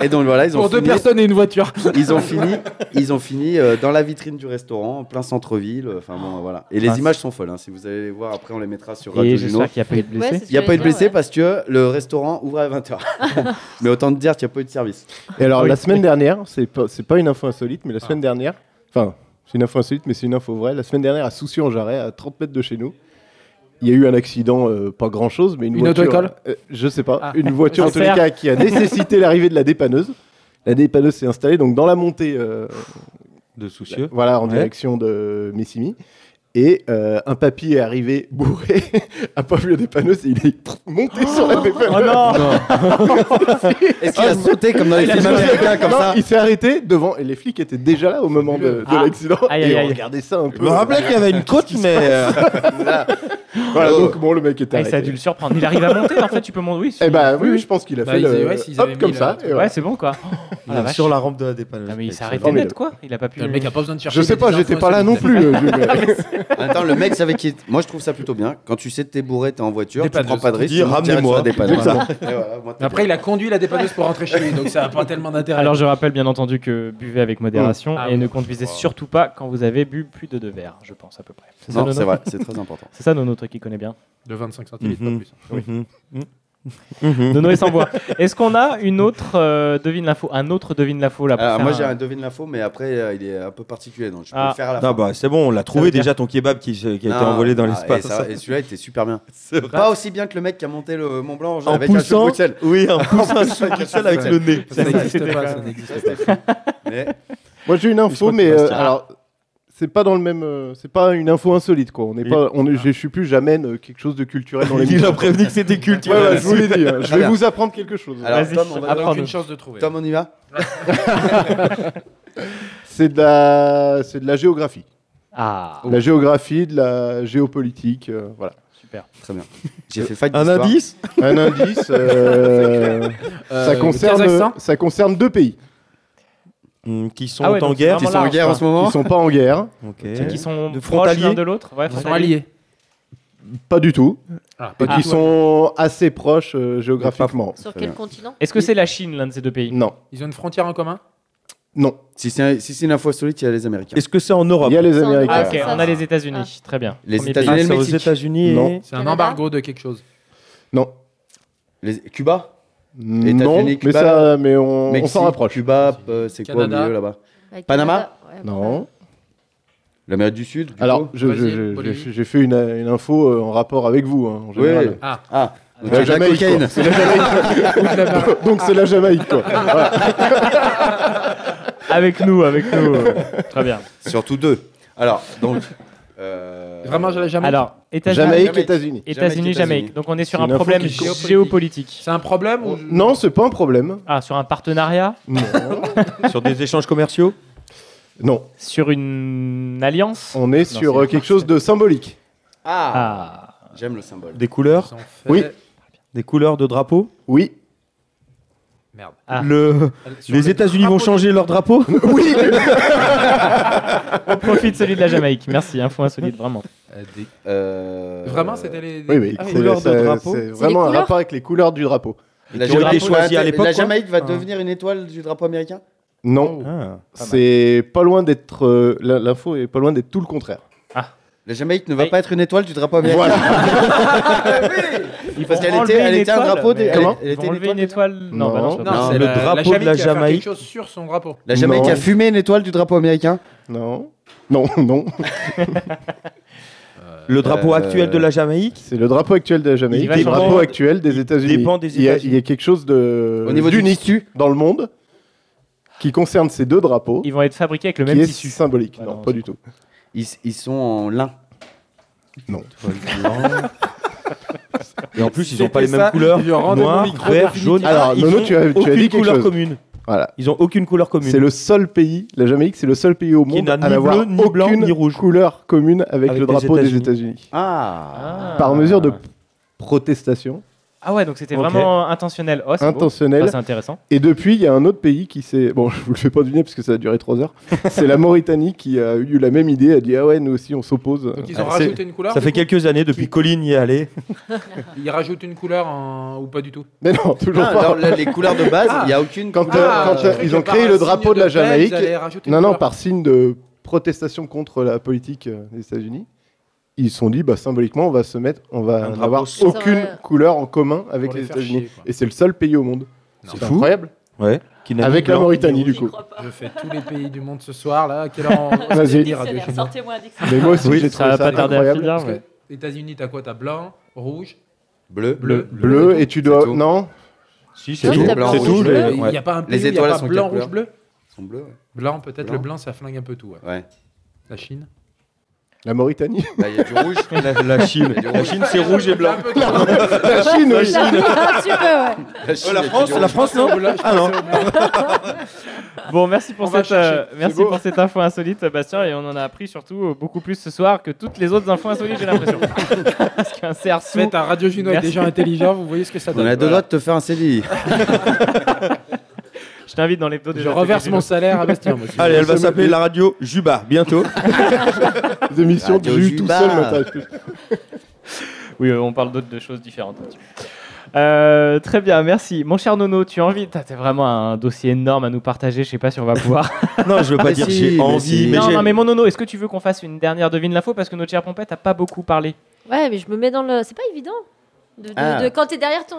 Speaker 6: Et donc voilà, ils ont
Speaker 5: Pour deux
Speaker 6: fini-
Speaker 5: personnes et une voiture.
Speaker 6: Ils ont fini, ils ont fini euh, dans la vitrine du restaurant, en plein centre-ville. Enfin bon, euh, voilà. Et les
Speaker 1: Oh. Mince.
Speaker 6: images sont folles. hein. Si vous allez les voir, après on les mettra sur Radio
Speaker 1: Et
Speaker 6: Juno.
Speaker 1: j'espère qu'il n'y a pas eu de
Speaker 7: ouais,
Speaker 1: blessés.
Speaker 7: c'est ce que
Speaker 6: Il n'y a
Speaker 7: j'allais
Speaker 6: pas eu de
Speaker 7: dire,
Speaker 6: blessés
Speaker 7: ouais.
Speaker 6: parce que le restaurant ouvre à 20h. Mais autant te dire qu'il n'y a pas eu de service.
Speaker 3: Et alors,
Speaker 1: Oui.
Speaker 3: la semaine dernière, c'est pas, c'est pas une info insolite, mais la semaine dernière, enfin, c'est une info insolite, mais c'est une info vraie. La semaine dernière, à Soucy-en-Jarret, à 30 mètres de chez nous, il y a eu un accident, euh, pas grand chose, mais une,
Speaker 5: Une
Speaker 3: voiture.
Speaker 5: auto-école
Speaker 3: euh, Je sais pas.
Speaker 5: Ah.
Speaker 3: Une voiture,
Speaker 1: Un
Speaker 3: en tous les
Speaker 1: cerf.
Speaker 3: cas, qui a nécessité l'arrivée de la dépanneuse. La dépanneuse s'est installée, donc dans la montée, euh,
Speaker 4: De soucieux.
Speaker 3: voilà, en
Speaker 4: Ouais.
Speaker 3: direction de Messimi. Et euh, un papy est arrivé bourré, a pas vu la dépanneuse et il est monté sur la dépanneuse.
Speaker 1: Oh non
Speaker 6: Est-ce qu'il Ah, a sauté comme dans les films américains comme
Speaker 3: Non,
Speaker 6: ça
Speaker 3: il s'est arrêté devant et les flics étaient déjà là au moment de, de
Speaker 1: Ah.
Speaker 3: l'accident
Speaker 1: Aïe,
Speaker 3: et
Speaker 1: aïe, aïe.
Speaker 3: on regardait ça un
Speaker 4: Je
Speaker 3: peu.
Speaker 4: me rappelais qu'il y avait une côte, mais. euh,
Speaker 3: Voilà, donc bon, le mec était
Speaker 1: Ah, Ça a dû
Speaker 3: arrêté.
Speaker 1: le surprendre. Il arrive à monter, en fait, tu peux monter. Oui,
Speaker 3: Eh
Speaker 1: c'est-
Speaker 3: bah oui, oui, je pense qu'il a
Speaker 5: Bah,
Speaker 3: fait
Speaker 5: ils avaient-
Speaker 3: le
Speaker 5: ouais, s'ils avaient
Speaker 3: hop
Speaker 5: mis
Speaker 3: comme
Speaker 5: le-
Speaker 3: ça. et
Speaker 1: Ouais,
Speaker 3: voilà.
Speaker 1: c'est bon, quoi. Oh, la vache.
Speaker 4: sur la rampe de la dépanneuse.
Speaker 1: Non, Ah, mais il s'est
Speaker 4: C'est
Speaker 1: arrêté
Speaker 3: formidable.
Speaker 1: net, quoi. Il a pas pu.
Speaker 5: Le mec a pas besoin de chercher.
Speaker 3: Je sais
Speaker 5: il
Speaker 3: pas,
Speaker 5: était
Speaker 3: j'étais
Speaker 5: dans
Speaker 3: pas
Speaker 5: un
Speaker 3: là non
Speaker 5: solitaire.
Speaker 3: plus. euh, je-
Speaker 6: En même temps, le mec savait qui. Moi, je trouve ça plutôt bien. Quand tu sais que t'es bourré, t'es en voiture, tu
Speaker 5: Dépanneuse.
Speaker 6: prends pas de risque.
Speaker 4: Dis,
Speaker 6: tu montes direct sur la
Speaker 4: ramenez-moi.
Speaker 6: dépanneuse.
Speaker 4: Voilà.
Speaker 6: Et voilà, moi, t'es
Speaker 5: Après, il a conduit la dépanneuse pour rentrer chez lui, donc ça n'a pas tellement d'intérêt.
Speaker 1: Alors je rappelle bien entendu que buvez avec modération
Speaker 5: Ah
Speaker 1: et
Speaker 5: oui.
Speaker 1: ne conduisez surtout pas quand vous avez bu plus de deux verres, je pense à peu près. C'est ça,
Speaker 6: Non,
Speaker 1: Nono
Speaker 6: c'est vrai, c'est très important.
Speaker 1: C'est ça Nono, toi qui connais bien.
Speaker 5: De 25 centilitres,
Speaker 4: Mhm.
Speaker 5: pas plus.
Speaker 4: Mhm.
Speaker 1: Nono est sans voix. Est-ce qu'on a une autre euh, devine l'info, un autre devine l'info là Ah, pour
Speaker 6: Alors,
Speaker 1: faire
Speaker 6: Euh, moi,
Speaker 1: un-
Speaker 6: j'ai un devine l'info, mais après, euh, il est un peu particulier, donc je peux
Speaker 1: Ah.
Speaker 6: le faire à la fin.
Speaker 4: Non, bah c'est bon, on l'a
Speaker 1: Ça veut
Speaker 4: trouvé
Speaker 1: dire-
Speaker 4: déjà ton kebab qui, se- qui a été
Speaker 6: Non,
Speaker 4: envolé dans
Speaker 6: ah,
Speaker 4: l'espace.
Speaker 6: et ça- Et, celui-là était super bien.
Speaker 4: C'est vrai.
Speaker 6: Pas aussi bien que le mec qui a monté le Mont Blanc
Speaker 4: En
Speaker 6: avec
Speaker 4: poussant,
Speaker 6: un cheveu de Bruxelles.
Speaker 4: oui, en poussant un cheveu de Bruxelles avec le nez.
Speaker 5: Ça n'existe
Speaker 1: c'était
Speaker 5: pas,
Speaker 1: pas-
Speaker 5: ça n'existe
Speaker 6: Ça, c'était fou. Mais
Speaker 3: Moi j'ai une info, mais
Speaker 6: Bastien-
Speaker 3: euh, alors c'est pas dans le même, euh, c'est pas une info insolite quoi. On n'est
Speaker 4: Il-
Speaker 3: pas, on est, je suis plus j'amène euh, quelque chose de culturel dans les.
Speaker 4: Il a prévenu que c'était
Speaker 3: Ouais, ouais,
Speaker 4: culturel.
Speaker 3: je vous l'ai dit. hein, Je
Speaker 6: Très
Speaker 3: vais
Speaker 6: bien.
Speaker 3: vous apprendre quelque chose.
Speaker 6: Alors,
Speaker 1: Vas-y,
Speaker 6: Tom, on va-
Speaker 5: pas.
Speaker 1: apprendre.
Speaker 5: Aucune chance de trouver.
Speaker 6: Tom, on y va
Speaker 3: C'est de la, c'est de la géographie.
Speaker 1: Ah,
Speaker 3: De La géographie, de la géopolitique, euh, voilà.
Speaker 1: super.
Speaker 6: Très bien. J'ai fait fac
Speaker 4: Un
Speaker 6: d'histoire.
Speaker 4: indice
Speaker 3: Un indice, euh, ça,
Speaker 5: Euh, Kazakhstan
Speaker 3: concerne, ça concerne deux pays
Speaker 4: Hmm, Qui sont
Speaker 1: Ah ouais,
Speaker 4: en
Speaker 1: donc c'est
Speaker 4: guerre
Speaker 1: vraiment
Speaker 6: Ils sont en
Speaker 1: large,
Speaker 6: guerre
Speaker 1: quoi.
Speaker 6: en ce moment
Speaker 3: qui sont pas en guerre,
Speaker 4: Ok.
Speaker 1: Qui sont
Speaker 4: De
Speaker 1: proches l'un
Speaker 4: frontaliers
Speaker 1: de l'autre ouais,
Speaker 5: Ils sont
Speaker 1: frontaliers.
Speaker 5: alliés.
Speaker 3: pas du tout,
Speaker 5: Ah,
Speaker 3: et
Speaker 5: pas
Speaker 3: qui
Speaker 5: du tout.
Speaker 3: sont assez proches euh, géographiquement. Euh,
Speaker 7: Sur
Speaker 6: Très
Speaker 7: quel
Speaker 6: bien.
Speaker 7: continent
Speaker 1: Est-ce que c'est la Chine, l'un de ces deux pays
Speaker 3: Non,
Speaker 5: Ils ont une frontière en commun
Speaker 3: non.
Speaker 6: Si c'est un- si c'est une info solide, il y a les Américains.
Speaker 4: Est-ce que c'est en Europe
Speaker 3: Il y a les
Speaker 7: C'est en
Speaker 3: Américains.
Speaker 1: Ah,
Speaker 7: Ah,
Speaker 1: ok,
Speaker 7: c'est ça,
Speaker 1: on a
Speaker 7: c'est
Speaker 1: les
Speaker 7: ça.
Speaker 1: États-Unis. Très bien.
Speaker 6: Les
Speaker 1: Premier
Speaker 6: États-Unis
Speaker 4: Ah,
Speaker 1: pays.
Speaker 6: et le
Speaker 4: c'est aux
Speaker 6: Mexique.
Speaker 4: États-Unis et-
Speaker 3: Non.
Speaker 5: C'est un
Speaker 7: Canada
Speaker 5: embargo de quelque chose.
Speaker 3: Non.
Speaker 6: Les- Cuba
Speaker 3: Non,
Speaker 6: États-Unis,
Speaker 3: mais
Speaker 6: Cuba,
Speaker 3: ça, mais on, on
Speaker 6: Mexique,
Speaker 3: s'en rapproche.
Speaker 6: Cuba, euh, c'est quoi au
Speaker 5: Canada.
Speaker 6: milieu là-bas
Speaker 7: Avec
Speaker 6: Panama
Speaker 7: Canada, ouais,
Speaker 3: Non.
Speaker 6: L'Amérique du Sud du
Speaker 3: Alors,
Speaker 6: coup
Speaker 3: je- je-
Speaker 5: Brésil,
Speaker 3: je-
Speaker 5: Bolivie.
Speaker 3: j'ai j'ai fait une, une info euh, en rapport avec vous, hein, en général.
Speaker 6: Ouais.
Speaker 5: Ah.
Speaker 6: Ah, donc
Speaker 3: La
Speaker 6: c'est de la
Speaker 3: Jamaïque, quoi.
Speaker 6: cocaïne.
Speaker 3: C'est la Jamaïque. Donc c'est la Jamaïque, quoi.
Speaker 1: Avec nous, avec nous. euh, Très bien.
Speaker 6: Surtout deux. Alors, donc. euh,
Speaker 5: Vraiment, j'allais jamais.
Speaker 1: Alors, États-Unis,
Speaker 3: Jamaïque, États-Unis.
Speaker 1: États-Unis,
Speaker 6: Jamaïque,
Speaker 1: Jamaïque.
Speaker 6: Jamaïque.
Speaker 1: Donc on est sur
Speaker 3: C'est
Speaker 1: un
Speaker 3: une info
Speaker 1: problème
Speaker 5: qui-
Speaker 1: géopolitique.
Speaker 5: C'est un problème ou...
Speaker 3: Non, c'est pas un problème.
Speaker 1: Ah, sur un partenariat
Speaker 3: Non.
Speaker 4: Sur des échanges commerciaux
Speaker 3: Non.
Speaker 1: Sur une alliance
Speaker 3: on est
Speaker 1: c'est
Speaker 3: sur euh, quelque chose de symbolique.
Speaker 6: Ah,
Speaker 1: Ah,
Speaker 6: J'aime le symbole.
Speaker 4: Des couleurs
Speaker 5: Ils ont fait-
Speaker 3: Oui.
Speaker 4: Des couleurs de drapeau
Speaker 3: Oui.
Speaker 5: Merde.
Speaker 1: Ah.
Speaker 4: Le-
Speaker 5: Sur
Speaker 4: Les
Speaker 5: le
Speaker 4: États-Unis vont
Speaker 5: drapeau
Speaker 4: changer leur drapeau
Speaker 1: on profite celui de la Jamaïque. Merci, info insolite, vraiment.
Speaker 5: Euh, des-
Speaker 6: Euh,
Speaker 5: Vraiment, c'était les.
Speaker 3: Oui, oui.
Speaker 5: Ah
Speaker 3: c'est-
Speaker 5: oui.
Speaker 4: couleurs de
Speaker 3: c'est-
Speaker 4: drapeau.
Speaker 3: C'est
Speaker 7: les
Speaker 3: vraiment un
Speaker 7: couleurs
Speaker 3: rapport avec les couleurs du drapeau.
Speaker 6: La
Speaker 4: qui ont été
Speaker 6: Jamaïque, va,
Speaker 4: choisis à l'époque,
Speaker 6: la
Speaker 4: quoi.
Speaker 6: Jamaïque va
Speaker 4: Ah.
Speaker 6: devenir une étoile du drapeau américain
Speaker 3: Non.
Speaker 4: Ah.
Speaker 3: c'est pas loin d'être. euh, la- L'info est pas loin d'être tout le contraire.
Speaker 6: La Jamaïque ne va
Speaker 1: Aïe.
Speaker 6: pas être une étoile du drapeau américain.
Speaker 1: Ils
Speaker 6: Parce
Speaker 1: vont
Speaker 6: qu'elle
Speaker 1: enlever
Speaker 6: était- elle
Speaker 1: une
Speaker 6: était un
Speaker 1: étoile,
Speaker 6: drapeau des-
Speaker 1: mais-
Speaker 6: elle-
Speaker 1: Comment
Speaker 6: elle
Speaker 1: Ils
Speaker 6: était
Speaker 1: vont
Speaker 6: une
Speaker 1: enlever une étoile
Speaker 6: étoile
Speaker 1: Non, bah non, c'est pas
Speaker 5: Non,
Speaker 1: possible.
Speaker 5: c'est
Speaker 4: le
Speaker 5: la-
Speaker 4: drapeau
Speaker 5: la Jamaïque
Speaker 4: de la
Speaker 5: va faire
Speaker 4: Jamaïque.
Speaker 5: quelque chose sur son drapeau.
Speaker 6: La Jamaïque
Speaker 3: Non.
Speaker 6: a fumé une étoile du drapeau américain
Speaker 3: Non. Non, non.
Speaker 4: Le drapeau
Speaker 6: Euh,
Speaker 4: actuel de la Jamaïque
Speaker 3: C'est le drapeau actuel de la
Speaker 1: Il
Speaker 3: Jamaïque.
Speaker 1: va
Speaker 3: Le
Speaker 1: changer.
Speaker 3: drapeau actuel des
Speaker 4: Il
Speaker 3: États-Unis.
Speaker 4: dépend des
Speaker 3: Il y a-
Speaker 4: États-Unis.
Speaker 3: Il y a quelque chose de
Speaker 6: Au niveau du
Speaker 3: d'unique
Speaker 6: tissu
Speaker 3: dans le monde qui concerne ces deux drapeaux,
Speaker 1: Ils vont être fabriqués avec le
Speaker 3: qui
Speaker 1: même
Speaker 3: est
Speaker 1: tissu.
Speaker 3: symbolique.
Speaker 1: Ah
Speaker 3: non,
Speaker 1: non,
Speaker 3: pas
Speaker 1: c'est
Speaker 3: du tout.
Speaker 6: ils, ils sont en lin.
Speaker 4: Et en plus, ils n'ont pas les
Speaker 5: C'était
Speaker 4: mêmes
Speaker 5: ça,
Speaker 4: couleurs.
Speaker 5: je rendais mon
Speaker 4: Noir,
Speaker 5: micro
Speaker 4: vert,
Speaker 5: définitif.
Speaker 4: jaune.
Speaker 3: Alors,
Speaker 4: ils
Speaker 3: Nono,
Speaker 4: ont
Speaker 3: tu as- tu as dit
Speaker 4: aucune
Speaker 3: quelque
Speaker 4: couleur
Speaker 3: chose.
Speaker 4: commune.
Speaker 3: Voilà.
Speaker 4: Ils ont aucune couleur commune.
Speaker 3: C'est le seul pays, la Jamaïque, c'est le seul pays au
Speaker 4: Qui
Speaker 3: monde
Speaker 4: n'a
Speaker 3: à
Speaker 4: ni
Speaker 3: n'avoir
Speaker 4: bleu, ni blanc,
Speaker 3: aucune
Speaker 4: ni rouge.
Speaker 3: couleur commune avec,
Speaker 4: Avec les
Speaker 3: le drapeau des
Speaker 4: États-Unis.
Speaker 3: États-Unis.
Speaker 6: Ah,
Speaker 3: Par mesure de protestation
Speaker 1: Ah ouais, donc c'était
Speaker 4: Ok.
Speaker 1: vraiment intentionnel. Oh, c'est beau.
Speaker 3: intentionnelle.
Speaker 1: Ça, c'est intéressant.
Speaker 3: Et depuis, il y a un autre pays qui s'est. Bon, je vous le fais pas deviner parce que ça a duré trois heures. c'est la Mauritanie qui a eu la même idée. Elle a dit Ah ouais, nous aussi, on s'oppose.
Speaker 5: Donc, ils ont
Speaker 4: Ah,
Speaker 5: rajouté une couleur.
Speaker 4: Ça
Speaker 5: du
Speaker 4: fait
Speaker 5: coup
Speaker 4: quelques années depuis Colline y est allé.
Speaker 5: Ils rajoutent une couleur en- ou pas du tout
Speaker 3: Mais non, toujours
Speaker 6: Ah,
Speaker 3: pas.
Speaker 6: dans la- les couleurs de base, il
Speaker 5: Ah.
Speaker 6: n'y a aucune.
Speaker 3: Quand,
Speaker 6: couleur. Ah.
Speaker 3: euh, quand,
Speaker 5: j'ai
Speaker 3: euh,
Speaker 5: cru
Speaker 3: ils
Speaker 5: que
Speaker 3: ont
Speaker 5: par
Speaker 3: créé
Speaker 5: un
Speaker 3: le
Speaker 5: signe
Speaker 3: drapeau de la
Speaker 5: paix, ils
Speaker 3: Jamaïque.
Speaker 5: allaient rajouter une
Speaker 3: Non, non,
Speaker 5: couleur.
Speaker 3: par signe de protestation contre la politique euh, des États-Unis, ils se sont dit bah, symboliquement, on va se mettre, on
Speaker 4: Un
Speaker 3: va
Speaker 4: drapeau
Speaker 3: n'avoir
Speaker 4: sans-
Speaker 3: aucune
Speaker 7: Ouais.
Speaker 3: couleur en commun avec
Speaker 5: Pour
Speaker 3: les
Speaker 5: les faire
Speaker 3: États-Unis.
Speaker 5: chier, quoi.
Speaker 3: Et c'est le seul pays au monde.
Speaker 5: Non.
Speaker 3: C'est incroyable.
Speaker 4: Ouais. Qui n'a ni
Speaker 3: Avec la
Speaker 4: blanc.
Speaker 3: Mauritanie, du
Speaker 7: J'y
Speaker 3: coup.
Speaker 7: crois pas.
Speaker 5: Je fais tous les pays du monde ce soir là. À quelle heure on-
Speaker 3: Vas-y.
Speaker 5: c'est fini,
Speaker 7: Ça a
Speaker 5: Radio
Speaker 7: l'air,
Speaker 5: Chez nous.
Speaker 7: Sortez-moi un dictionnaire.
Speaker 3: moi aussi,
Speaker 4: Oui,
Speaker 3: j'ai
Speaker 1: ça
Speaker 3: trouvé
Speaker 1: va
Speaker 3: ça,
Speaker 1: pas tarder à
Speaker 3: incroyable.
Speaker 1: finir.
Speaker 5: Parce que États-Unis, t'as quoi T'as blanc, rouge,
Speaker 6: Bleu.
Speaker 5: bleu.
Speaker 3: Bleu, et tu dois.
Speaker 6: tout.
Speaker 3: Non
Speaker 4: Si, c'est
Speaker 7: Non, c'est
Speaker 4: tout.
Speaker 7: la blanc,
Speaker 4: C'est
Speaker 7: rouge,
Speaker 4: tout.
Speaker 7: bleu.
Speaker 4: les-
Speaker 5: Il
Speaker 4: ouais.
Speaker 5: n'y a pas un
Speaker 6: Les
Speaker 5: pays où il y
Speaker 6: étoiles,
Speaker 5: a
Speaker 6: elles
Speaker 5: pas
Speaker 6: sont
Speaker 5: blanc,
Speaker 6: quelle
Speaker 5: rouge, bleu.
Speaker 6: Ils sont bleus. ouais.
Speaker 5: Blanc, peut-être
Speaker 6: Blanc.
Speaker 5: le blanc, ça flingue un peu tout. ouais.
Speaker 6: Ouais.
Speaker 5: La Chine.
Speaker 3: La Mauritanie.
Speaker 6: Là, il y a du rouge.
Speaker 4: La, la Chine.
Speaker 6: Il y a du
Speaker 4: La
Speaker 6: rouge.
Speaker 4: Chine, c'est rouge et blanc.
Speaker 5: Un peu trop.
Speaker 3: la Chine, oui.
Speaker 7: un petit peu, ouais.
Speaker 6: La,
Speaker 4: Oh,
Speaker 6: Chine,
Speaker 4: Euh, la
Speaker 6: il y a que
Speaker 4: France,
Speaker 6: du rouge.
Speaker 4: la France, non Ah non.
Speaker 1: Bon, merci pour,
Speaker 5: On va
Speaker 1: cette,
Speaker 5: chercher.
Speaker 1: euh, merci
Speaker 3: beau.
Speaker 1: pour cette info insolite, euh, Bastien, et on en a appris surtout euh, beaucoup plus ce soir que toutes les autres infos insolites, j'ai l'impression. Parce qu'un CRSO.
Speaker 5: Faites un Radio Juno avec des
Speaker 1: Merci.
Speaker 5: gens intelligents, vous voyez ce que ça donne.
Speaker 6: On a deux doigts
Speaker 5: Voilà.
Speaker 6: de te faire un CDI.
Speaker 1: Je t'invite dans l'hebdo des
Speaker 5: Je reverse mon salaire à Bastien. moi, si vous
Speaker 4: Allez, elle va
Speaker 3: Ça me-
Speaker 4: s'appeler la radio Juba bientôt.
Speaker 3: Les émissions
Speaker 6: Radio
Speaker 3: du tout
Speaker 6: Juba.
Speaker 3: seul m'intéressent plus.
Speaker 1: Oui, euh, on parle d'autres de choses différentes. Euh, très bien, merci. Mon cher Nono, tu as envie T'as t'as vraiment un dossier énorme à nous partager, je sais pas si on va pouvoir.
Speaker 4: Non, je veux pas
Speaker 6: Mais
Speaker 4: dire
Speaker 6: Ah, si,
Speaker 4: j'ai
Speaker 6: mais
Speaker 4: envie,
Speaker 6: si.
Speaker 4: mais
Speaker 1: non,
Speaker 4: j'ai.
Speaker 1: non, mais mon Nono, est-ce que tu veux qu'on fasse une dernière devine l'info Parce que notre cher Pompette a pas beaucoup parlé.
Speaker 7: Ouais, mais je me mets dans le. C'est pas évident. De, de-
Speaker 6: Ah.
Speaker 7: de- quand t'es derrière ton.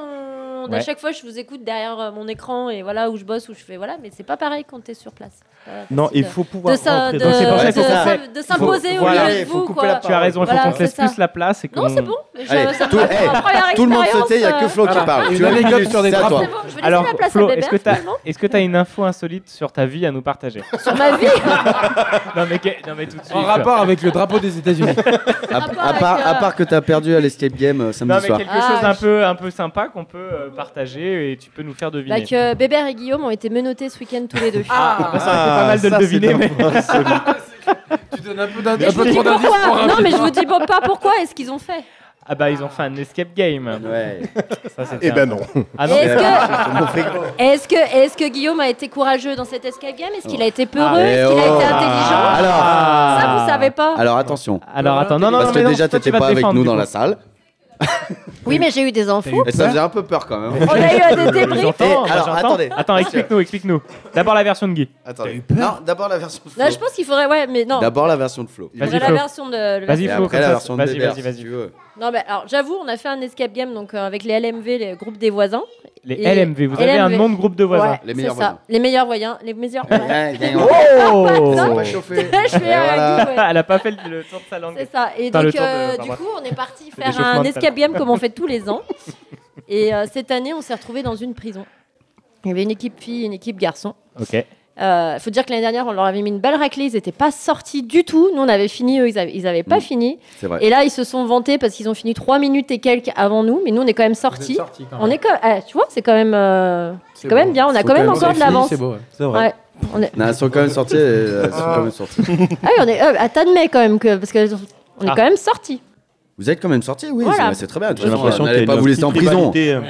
Speaker 1: Ouais.
Speaker 7: À chaque fois, je vous écoute derrière euh, mon écran et voilà où je bosse, où je fais. Voilà, mais c'est pas pareil quand t'es sur place. Euh,
Speaker 4: Non,
Speaker 7: facile
Speaker 4: il
Speaker 7: de-
Speaker 4: faut pouvoir
Speaker 7: de ça-
Speaker 4: rentrer
Speaker 7: de-
Speaker 4: dans
Speaker 6: pour ça
Speaker 7: de-
Speaker 6: qu'il faut
Speaker 7: de-
Speaker 1: faire-
Speaker 7: de s'imposer au
Speaker 1: voilà,
Speaker 7: lieu de
Speaker 6: faut
Speaker 7: vous,
Speaker 6: couper
Speaker 7: quoi.
Speaker 6: la
Speaker 1: Tu as raison, il faut
Speaker 7: Voilà,
Speaker 1: qu'on te laisse
Speaker 7: c'est ça.
Speaker 1: plus la place. Et
Speaker 7: Non,
Speaker 1: qu'on-
Speaker 7: c'est bon. Je-
Speaker 6: Allez,
Speaker 7: ça me
Speaker 6: tout-
Speaker 7: paraît
Speaker 6: hey,
Speaker 7: pour ma première
Speaker 6: Tout le monde se tait, il n'y a que
Speaker 7: expérience,
Speaker 6: Flo qui
Speaker 5: Voilà.
Speaker 6: parle.
Speaker 5: Une
Speaker 6: Tu as
Speaker 5: anecdote
Speaker 6: minute,
Speaker 5: sur des
Speaker 6: c'est à
Speaker 7: euh,
Speaker 5: drapeaux.
Speaker 6: toi.
Speaker 7: C'est bon, je vais
Speaker 1: Alors,
Speaker 7: laisser la place
Speaker 1: Flo,
Speaker 7: à
Speaker 1: est-ce que
Speaker 7: Bébert,
Speaker 1: t'as
Speaker 7: finalement.
Speaker 1: est-ce que t'as une info insolite sur ta vie à nous partager
Speaker 7: Sur ma vie,
Speaker 1: non, mais, que- non, mais tout de suite.
Speaker 5: En
Speaker 1: quoi.
Speaker 5: rapport avec le drapeau des États-Unis.
Speaker 6: À,
Speaker 7: rapport
Speaker 6: à part,
Speaker 7: avec,
Speaker 6: à
Speaker 7: euh,
Speaker 6: part que t'as perdu à l'escape game euh, samedi
Speaker 1: Non, mais
Speaker 6: soir.
Speaker 1: quelque
Speaker 7: Ah,
Speaker 1: chose un
Speaker 7: je-
Speaker 1: peu, un peu sympa qu'on peut euh, partager et tu peux nous faire deviner.
Speaker 7: Bah que Bébert et Guillaume ont été menottés ce week-end tous les deux.
Speaker 1: Ah, ça aurait pas mal de
Speaker 6: ça,
Speaker 1: le
Speaker 6: c'est
Speaker 1: deviner, mais-
Speaker 6: n'importe- c'est bon.
Speaker 5: Tu donnes un peu d'indice,
Speaker 7: Mais
Speaker 5: un
Speaker 7: je vous
Speaker 5: peu
Speaker 7: dis
Speaker 5: trop d'indices pour
Speaker 7: pourquoi.
Speaker 5: un
Speaker 7: Non, mais je
Speaker 5: film.
Speaker 7: vous dis pas pourquoi et ce qu'ils ont fait.
Speaker 1: Ah bah ils ont fait un escape game.
Speaker 6: Ouais.
Speaker 1: Ça, c'était
Speaker 3: Eh
Speaker 1: un-
Speaker 3: ben non.
Speaker 1: Ah non,
Speaker 7: Et Est-ce que,
Speaker 6: C'est mon frigo.
Speaker 7: Est-ce que, est que Guillaume a été courageux dans cet escape game Est-ce qu'il a été peureux
Speaker 6: Eh
Speaker 7: Est-ce qu'il a
Speaker 6: oh.
Speaker 7: été
Speaker 6: Ah,
Speaker 7: intelligent
Speaker 6: Alors,
Speaker 7: Ça, vous savez pas.
Speaker 6: alors attention.
Speaker 1: Alors attends, non, non,
Speaker 6: Parce
Speaker 1: non, mais
Speaker 6: que
Speaker 1: non,
Speaker 6: déjà,
Speaker 1: toi, tu
Speaker 6: t'étais
Speaker 1: vas te
Speaker 6: pas avec
Speaker 1: défendre,
Speaker 6: nous
Speaker 1: du
Speaker 6: dans
Speaker 1: coup.
Speaker 6: la salle.
Speaker 7: Oui, mais j'ai eu des infos.
Speaker 6: Et ça faisait un peu peur quand même.
Speaker 7: On a eu un des
Speaker 1: Mais
Speaker 7: débris.
Speaker 1: j'entends,
Speaker 6: Et
Speaker 1: moi,
Speaker 6: alors,
Speaker 1: j'entends.
Speaker 6: attendez.
Speaker 1: Attends, explique-nous, explique-nous. D'abord la version de Guy.
Speaker 6: Attendez. Non, d'abord la version de Flo.
Speaker 7: Là, je pense qu'il faudrait. Ouais, mais non.
Speaker 6: D'abord la version de Flo.
Speaker 1: Vas-y,
Speaker 7: faudrait la
Speaker 1: Flo.
Speaker 7: version de. le-
Speaker 1: Vas-y,
Speaker 6: Et
Speaker 1: Flo,
Speaker 6: après
Speaker 1: comme
Speaker 6: la
Speaker 1: ça,
Speaker 6: version de
Speaker 1: Vas-y,
Speaker 6: Bébert,
Speaker 1: vas-y,
Speaker 6: si tu
Speaker 1: vas-y.
Speaker 6: veux.
Speaker 7: Non, mais alors, j'avoue, on a fait un escape game donc euh, avec les LMV, les groupes des voisins.
Speaker 1: Les
Speaker 7: Et-
Speaker 1: LMV, vous avez un
Speaker 7: LMV.
Speaker 1: nom de groupe de voisins.
Speaker 7: Ouais,
Speaker 6: Les
Speaker 7: c'est
Speaker 6: meilleurs
Speaker 7: ça.
Speaker 6: voisins.
Speaker 7: Les meilleurs voyants, les meilleurs voisins.
Speaker 6: Ouais, gagne.
Speaker 1: Oh
Speaker 6: On va chauffer.
Speaker 7: Je fais un
Speaker 6: voilà.
Speaker 7: goût, ouais.
Speaker 1: Elle a pas fait le tour de sa langue.
Speaker 7: C'est ça. Et
Speaker 1: Putain, le
Speaker 7: donc,
Speaker 1: temps de-
Speaker 7: euh,
Speaker 1: enfin,
Speaker 7: du
Speaker 1: bref.
Speaker 7: coup, on est parti faire
Speaker 1: L'échauffement
Speaker 7: un
Speaker 1: de
Speaker 7: escape game comme on fait tous les ans. Et euh, cette année, on s'est retrouvés dans une prison. Il y avait une équipe fille, une équipe garçon.
Speaker 1: Ok.
Speaker 7: Euh, faut dire que l'année dernière, on leur avait mis une belle raclée. Ils n'étaient pas sortis du tout. Nous, on avait fini, eux, ils avaient, ils avaient pas
Speaker 6: Mm.
Speaker 7: fini.
Speaker 6: C'est vrai.
Speaker 7: Et là, ils se sont vantés parce qu'ils ont fini 3 minutes et quelques avant nous. Mais nous, on est quand même
Speaker 5: Vous êtes
Speaker 7: sortis.
Speaker 5: sortis, quand
Speaker 7: On
Speaker 5: même.
Speaker 7: est comme, eh, tu vois, c'est quand même, euh, c'est quand même bien. On a
Speaker 6: Faut
Speaker 7: quand
Speaker 6: quand
Speaker 7: même
Speaker 6: même
Speaker 7: encore de
Speaker 6: réfléchir,
Speaker 7: l'avance.
Speaker 5: C'est beau, ouais.
Speaker 4: C'est vrai.
Speaker 7: Ouais. On est-
Speaker 6: Non, elles sont quand même sorties. euh, Elles sont quand même sorties.
Speaker 7: Ah oui, on est. euh, ah, T'admets quand même que parce que on est
Speaker 1: Ah.
Speaker 7: quand même sortis.
Speaker 6: Vous êtes quand même sortis, oui.
Speaker 7: Voilà.
Speaker 6: c'est- C'est très bien.
Speaker 4: J'ai l'impression qu'il y a
Speaker 6: On n'allait
Speaker 4: une
Speaker 6: pas vous laisser en
Speaker 4: petite
Speaker 6: prison.
Speaker 4: rivalité, euh.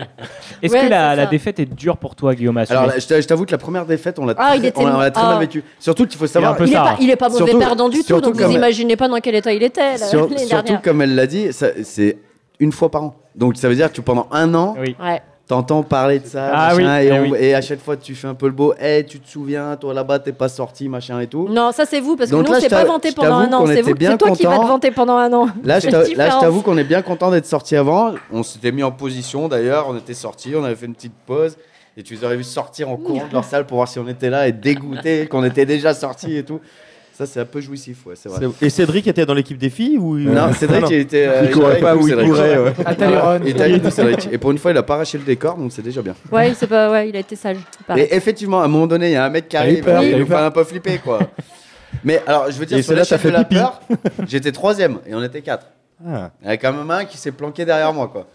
Speaker 1: Est-ce
Speaker 7: Ouais,
Speaker 1: que la,
Speaker 7: c'est
Speaker 1: la
Speaker 7: ça.
Speaker 1: défaite est dure pour toi, Guillaume à assumer
Speaker 6: Alors, là, je t'a- je t'avoue que la première défaite, on l'a
Speaker 7: Ah,
Speaker 6: très-
Speaker 7: il était
Speaker 6: on l'a- on l'a
Speaker 7: mou-
Speaker 6: très mal
Speaker 7: ah.
Speaker 6: vécu. Surtout qu'il faut savoir,
Speaker 1: un peu
Speaker 7: Il est
Speaker 1: ça.
Speaker 7: pas, il est pas mauvais
Speaker 6: Surtout-
Speaker 7: perdant du tout.
Speaker 6: surtout
Speaker 7: Donc
Speaker 6: quand
Speaker 7: vous
Speaker 6: même.
Speaker 7: imaginez pas dans quel état il était là,
Speaker 6: Sur-
Speaker 7: l'année
Speaker 6: surtout
Speaker 7: dernière.
Speaker 6: comme elle l'a dit, ça- c'est une fois par an. Donc ça veut dire que tu- pendant un an,
Speaker 1: Oui.
Speaker 7: Ouais.
Speaker 6: t'entends parler de ça,
Speaker 1: Ah
Speaker 6: machin,
Speaker 1: oui,
Speaker 6: et,
Speaker 1: eh
Speaker 6: on-
Speaker 1: oui.
Speaker 6: et à chaque fois tu fais un peu le beau, hey, tu te souviens, toi là-bas t'es pas sorti, machin et tout.
Speaker 7: Non, ça c'est vous parce que
Speaker 6: Donc
Speaker 7: nous
Speaker 6: là,
Speaker 7: on s'est
Speaker 6: je t'a-
Speaker 7: pas vanté
Speaker 6: je
Speaker 7: pendant
Speaker 6: t'avoue
Speaker 7: un an.
Speaker 6: qu'on
Speaker 7: C'est
Speaker 6: était
Speaker 7: vous,
Speaker 6: bien
Speaker 7: c'est toi qui vas te
Speaker 6: contents.
Speaker 7: vanter pendant un an.
Speaker 6: Là, je
Speaker 7: C'est
Speaker 6: t'a- là, je
Speaker 7: différent.
Speaker 6: t'avoue qu'on est bien content d'être sorti avant. On s'était mis en position d'ailleurs, on était sorti, on avait fait une petite pause. Et tu les aurais vu sortir en courant de leur salle pour voir si on était là et dégoûté qu'on était déjà sorti et tout. Ça, c'est un peu jouissif, ouais, c'est vrai.
Speaker 4: Et Cédric était dans l'équipe des filles ou euh,
Speaker 6: Non, Cédric, il était. euh,
Speaker 3: Il courait
Speaker 6: était
Speaker 3: pas
Speaker 6: avec
Speaker 3: où
Speaker 6: nous,
Speaker 3: il
Speaker 6: Cédric.
Speaker 3: courait, ouais.
Speaker 5: À Talleyrand.
Speaker 6: Et t'as eu tout, Cédric. Et pour une fois, il a pas arraché le décor, donc c'est déjà bien.
Speaker 7: Ouais, c'est pas. Ouais, il a été sage. c'est pareil.
Speaker 6: Et effectivement, à un moment donné, il y a un mec qui arrive,
Speaker 4: peur,
Speaker 6: il
Speaker 4: t'as eu
Speaker 6: nous fait
Speaker 4: peur.
Speaker 6: un peu flipper, quoi. Mais alors, je veux dire,
Speaker 4: Et
Speaker 6: sur
Speaker 4: celle-là,
Speaker 6: l'échelle
Speaker 4: t'as fait
Speaker 6: de la
Speaker 4: pipi.
Speaker 6: peur, j'étais troisième et on était quatre.
Speaker 4: Ah.
Speaker 6: Il y a quand même un qui s'est planqué derrière moi, quoi.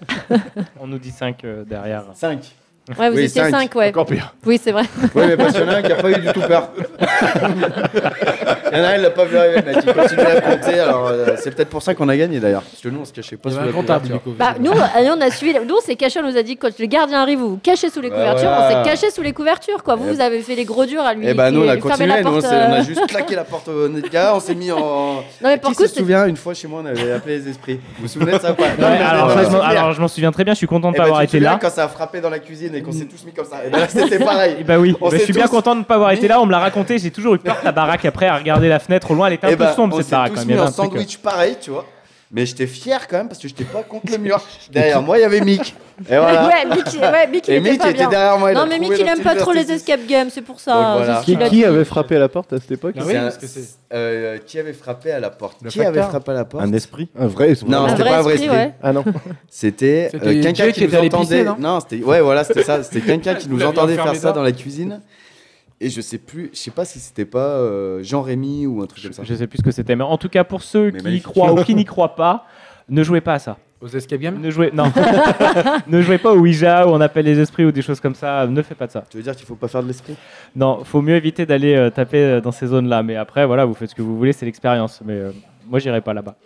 Speaker 1: On nous dit 5 derrière.
Speaker 6: Cinq.
Speaker 7: Ouais, vous
Speaker 6: Oui,
Speaker 7: étiez
Speaker 6: cinq.
Speaker 7: 5, ouais.
Speaker 3: Encore pire.
Speaker 7: Oui, c'est vrai.
Speaker 6: Oui, mais parce qu'il y en a un qui a pas eu du tout peur. Il y en a un, il l'a pas vu arriver, mais il continue à compter. Alors, euh, c'est peut-être pour ça qu'on a gagné, d'ailleurs. Parce que nous, on se cachait pas
Speaker 5: Il y
Speaker 6: sous
Speaker 5: avait
Speaker 6: la
Speaker 5: un comptable, du
Speaker 6: couverture.
Speaker 7: Bah,
Speaker 5: coup.
Speaker 7: nous, euh, nous, on a suivi. Nous, c'est caché. On nous a dit quand le gardien arrive, vous vous cachez sous les
Speaker 6: Bah
Speaker 7: couvertures.
Speaker 6: voilà.
Speaker 7: On s'est caché sous les couvertures, quoi. Vous,
Speaker 6: Eh
Speaker 7: vous avez fait les gros durs à lui.
Speaker 6: Et bah, nous, on a
Speaker 7: lui fermer
Speaker 6: continué.
Speaker 7: la
Speaker 6: Nous, on,
Speaker 7: porte,
Speaker 6: s'est- on
Speaker 7: euh.
Speaker 6: a juste claqué la porte au nez de gars, on s'est mis en.
Speaker 7: Non, mais
Speaker 6: Qui
Speaker 7: pour
Speaker 6: se
Speaker 7: coup, c'est-
Speaker 6: souvient, une fois chez moi, on avait appelé les esprits. Vous vous souvenez de ça quoi
Speaker 1: Ouais, alors,
Speaker 6: mais-
Speaker 1: je m'en- alors, je m'en souviens très bien, je suis content de
Speaker 6: Eh
Speaker 1: pas
Speaker 6: ben,
Speaker 1: avoir
Speaker 6: tu te
Speaker 1: été
Speaker 6: souviens
Speaker 1: là.
Speaker 6: quand ça a frappé dans la cuisine et qu'on s'est tous mis comme ça. Et ben, c'était pareil.
Speaker 1: Et bah oui,
Speaker 6: On
Speaker 1: bah, je
Speaker 6: s'est
Speaker 1: suis bien
Speaker 6: tous-
Speaker 1: content de ne pas avoir été
Speaker 6: mis-
Speaker 1: là, on me l'a raconté, j'ai toujours eu peur de la baraque après à regarder la fenêtre au loin, elle était un
Speaker 6: Eh
Speaker 1: peu
Speaker 6: ben,
Speaker 1: sombre
Speaker 6: on
Speaker 1: cette
Speaker 6: s'est
Speaker 1: baraque quand
Speaker 6: tous
Speaker 1: même. il
Speaker 6: mis
Speaker 1: y avait
Speaker 6: en
Speaker 1: un truc,
Speaker 6: sandwich pareil, tu vois. Mais j'étais fier quand même parce que j'étais pas contre le mur. Derrière moi, il y avait Mick. Et voilà.
Speaker 7: Ouais, Mick, il- ouais, Mick, il
Speaker 6: et
Speaker 7: était
Speaker 6: Mick
Speaker 7: pas
Speaker 6: était
Speaker 7: bien.
Speaker 6: derrière moi. il a
Speaker 7: Non, mais
Speaker 6: trouvé
Speaker 7: Mick, il
Speaker 6: la
Speaker 7: aime pas
Speaker 6: petite
Speaker 7: trop les
Speaker 6: astuce.
Speaker 7: escape games, c'est pour
Speaker 6: Donc,
Speaker 7: ça.
Speaker 6: voilà.
Speaker 7: c'est ce
Speaker 3: Qui,
Speaker 7: qu'il a
Speaker 3: qui
Speaker 7: dit.
Speaker 3: avait frappé à la porte à cette époque
Speaker 5: Ah
Speaker 6: C'est
Speaker 5: oui,
Speaker 6: un-
Speaker 5: parce que c'est-
Speaker 6: euh, qui avait frappé à la porte
Speaker 5: Le
Speaker 6: Qui avait
Speaker 5: facteur. Ah,
Speaker 6: frappé à la porte
Speaker 4: Un esprit
Speaker 3: Un vrai
Speaker 6: Non,
Speaker 7: Un
Speaker 6: c'était
Speaker 7: vrai
Speaker 6: pas un vrai
Speaker 7: esprit,
Speaker 6: esprit.
Speaker 7: ouais.
Speaker 3: Ah non.
Speaker 6: C'était euh,
Speaker 5: C'était
Speaker 6: quelqu'un qui
Speaker 5: Jay qui
Speaker 6: nous
Speaker 5: était allé pisser,
Speaker 6: entendait.
Speaker 5: non
Speaker 6: non, c'était ouais voilà, c'était ça, c'était quelqu'un qui
Speaker 5: Vous
Speaker 6: nous
Speaker 5: l'aviez
Speaker 6: entendez faire
Speaker 5: enfermé
Speaker 6: ça
Speaker 5: dehors
Speaker 6: dans la cuisine. Et je sais plus, je sais pas si c'était pas euh, Jean Rémy ou un truc comme ça.
Speaker 1: Je sais plus ce que c'était, mais en tout cas pour ceux
Speaker 6: Mais
Speaker 1: qui y
Speaker 6: magnifique.
Speaker 1: croient ou qui n'y croient pas, ne jouez pas à ça.
Speaker 5: Aux escape games
Speaker 1: Ne jouez, non. ne jouez pas au Ouija où on appelle les esprits ou des choses comme ça, ne faites pas de ça.
Speaker 6: Tu veux dire qu'il faut pas faire de l'esprit
Speaker 1: Non, faut mieux éviter d'aller euh, taper euh, dans ces zones-là, mais après voilà, vous faites ce que vous voulez, c'est l'expérience, mais euh, moi j'irai pas là-bas.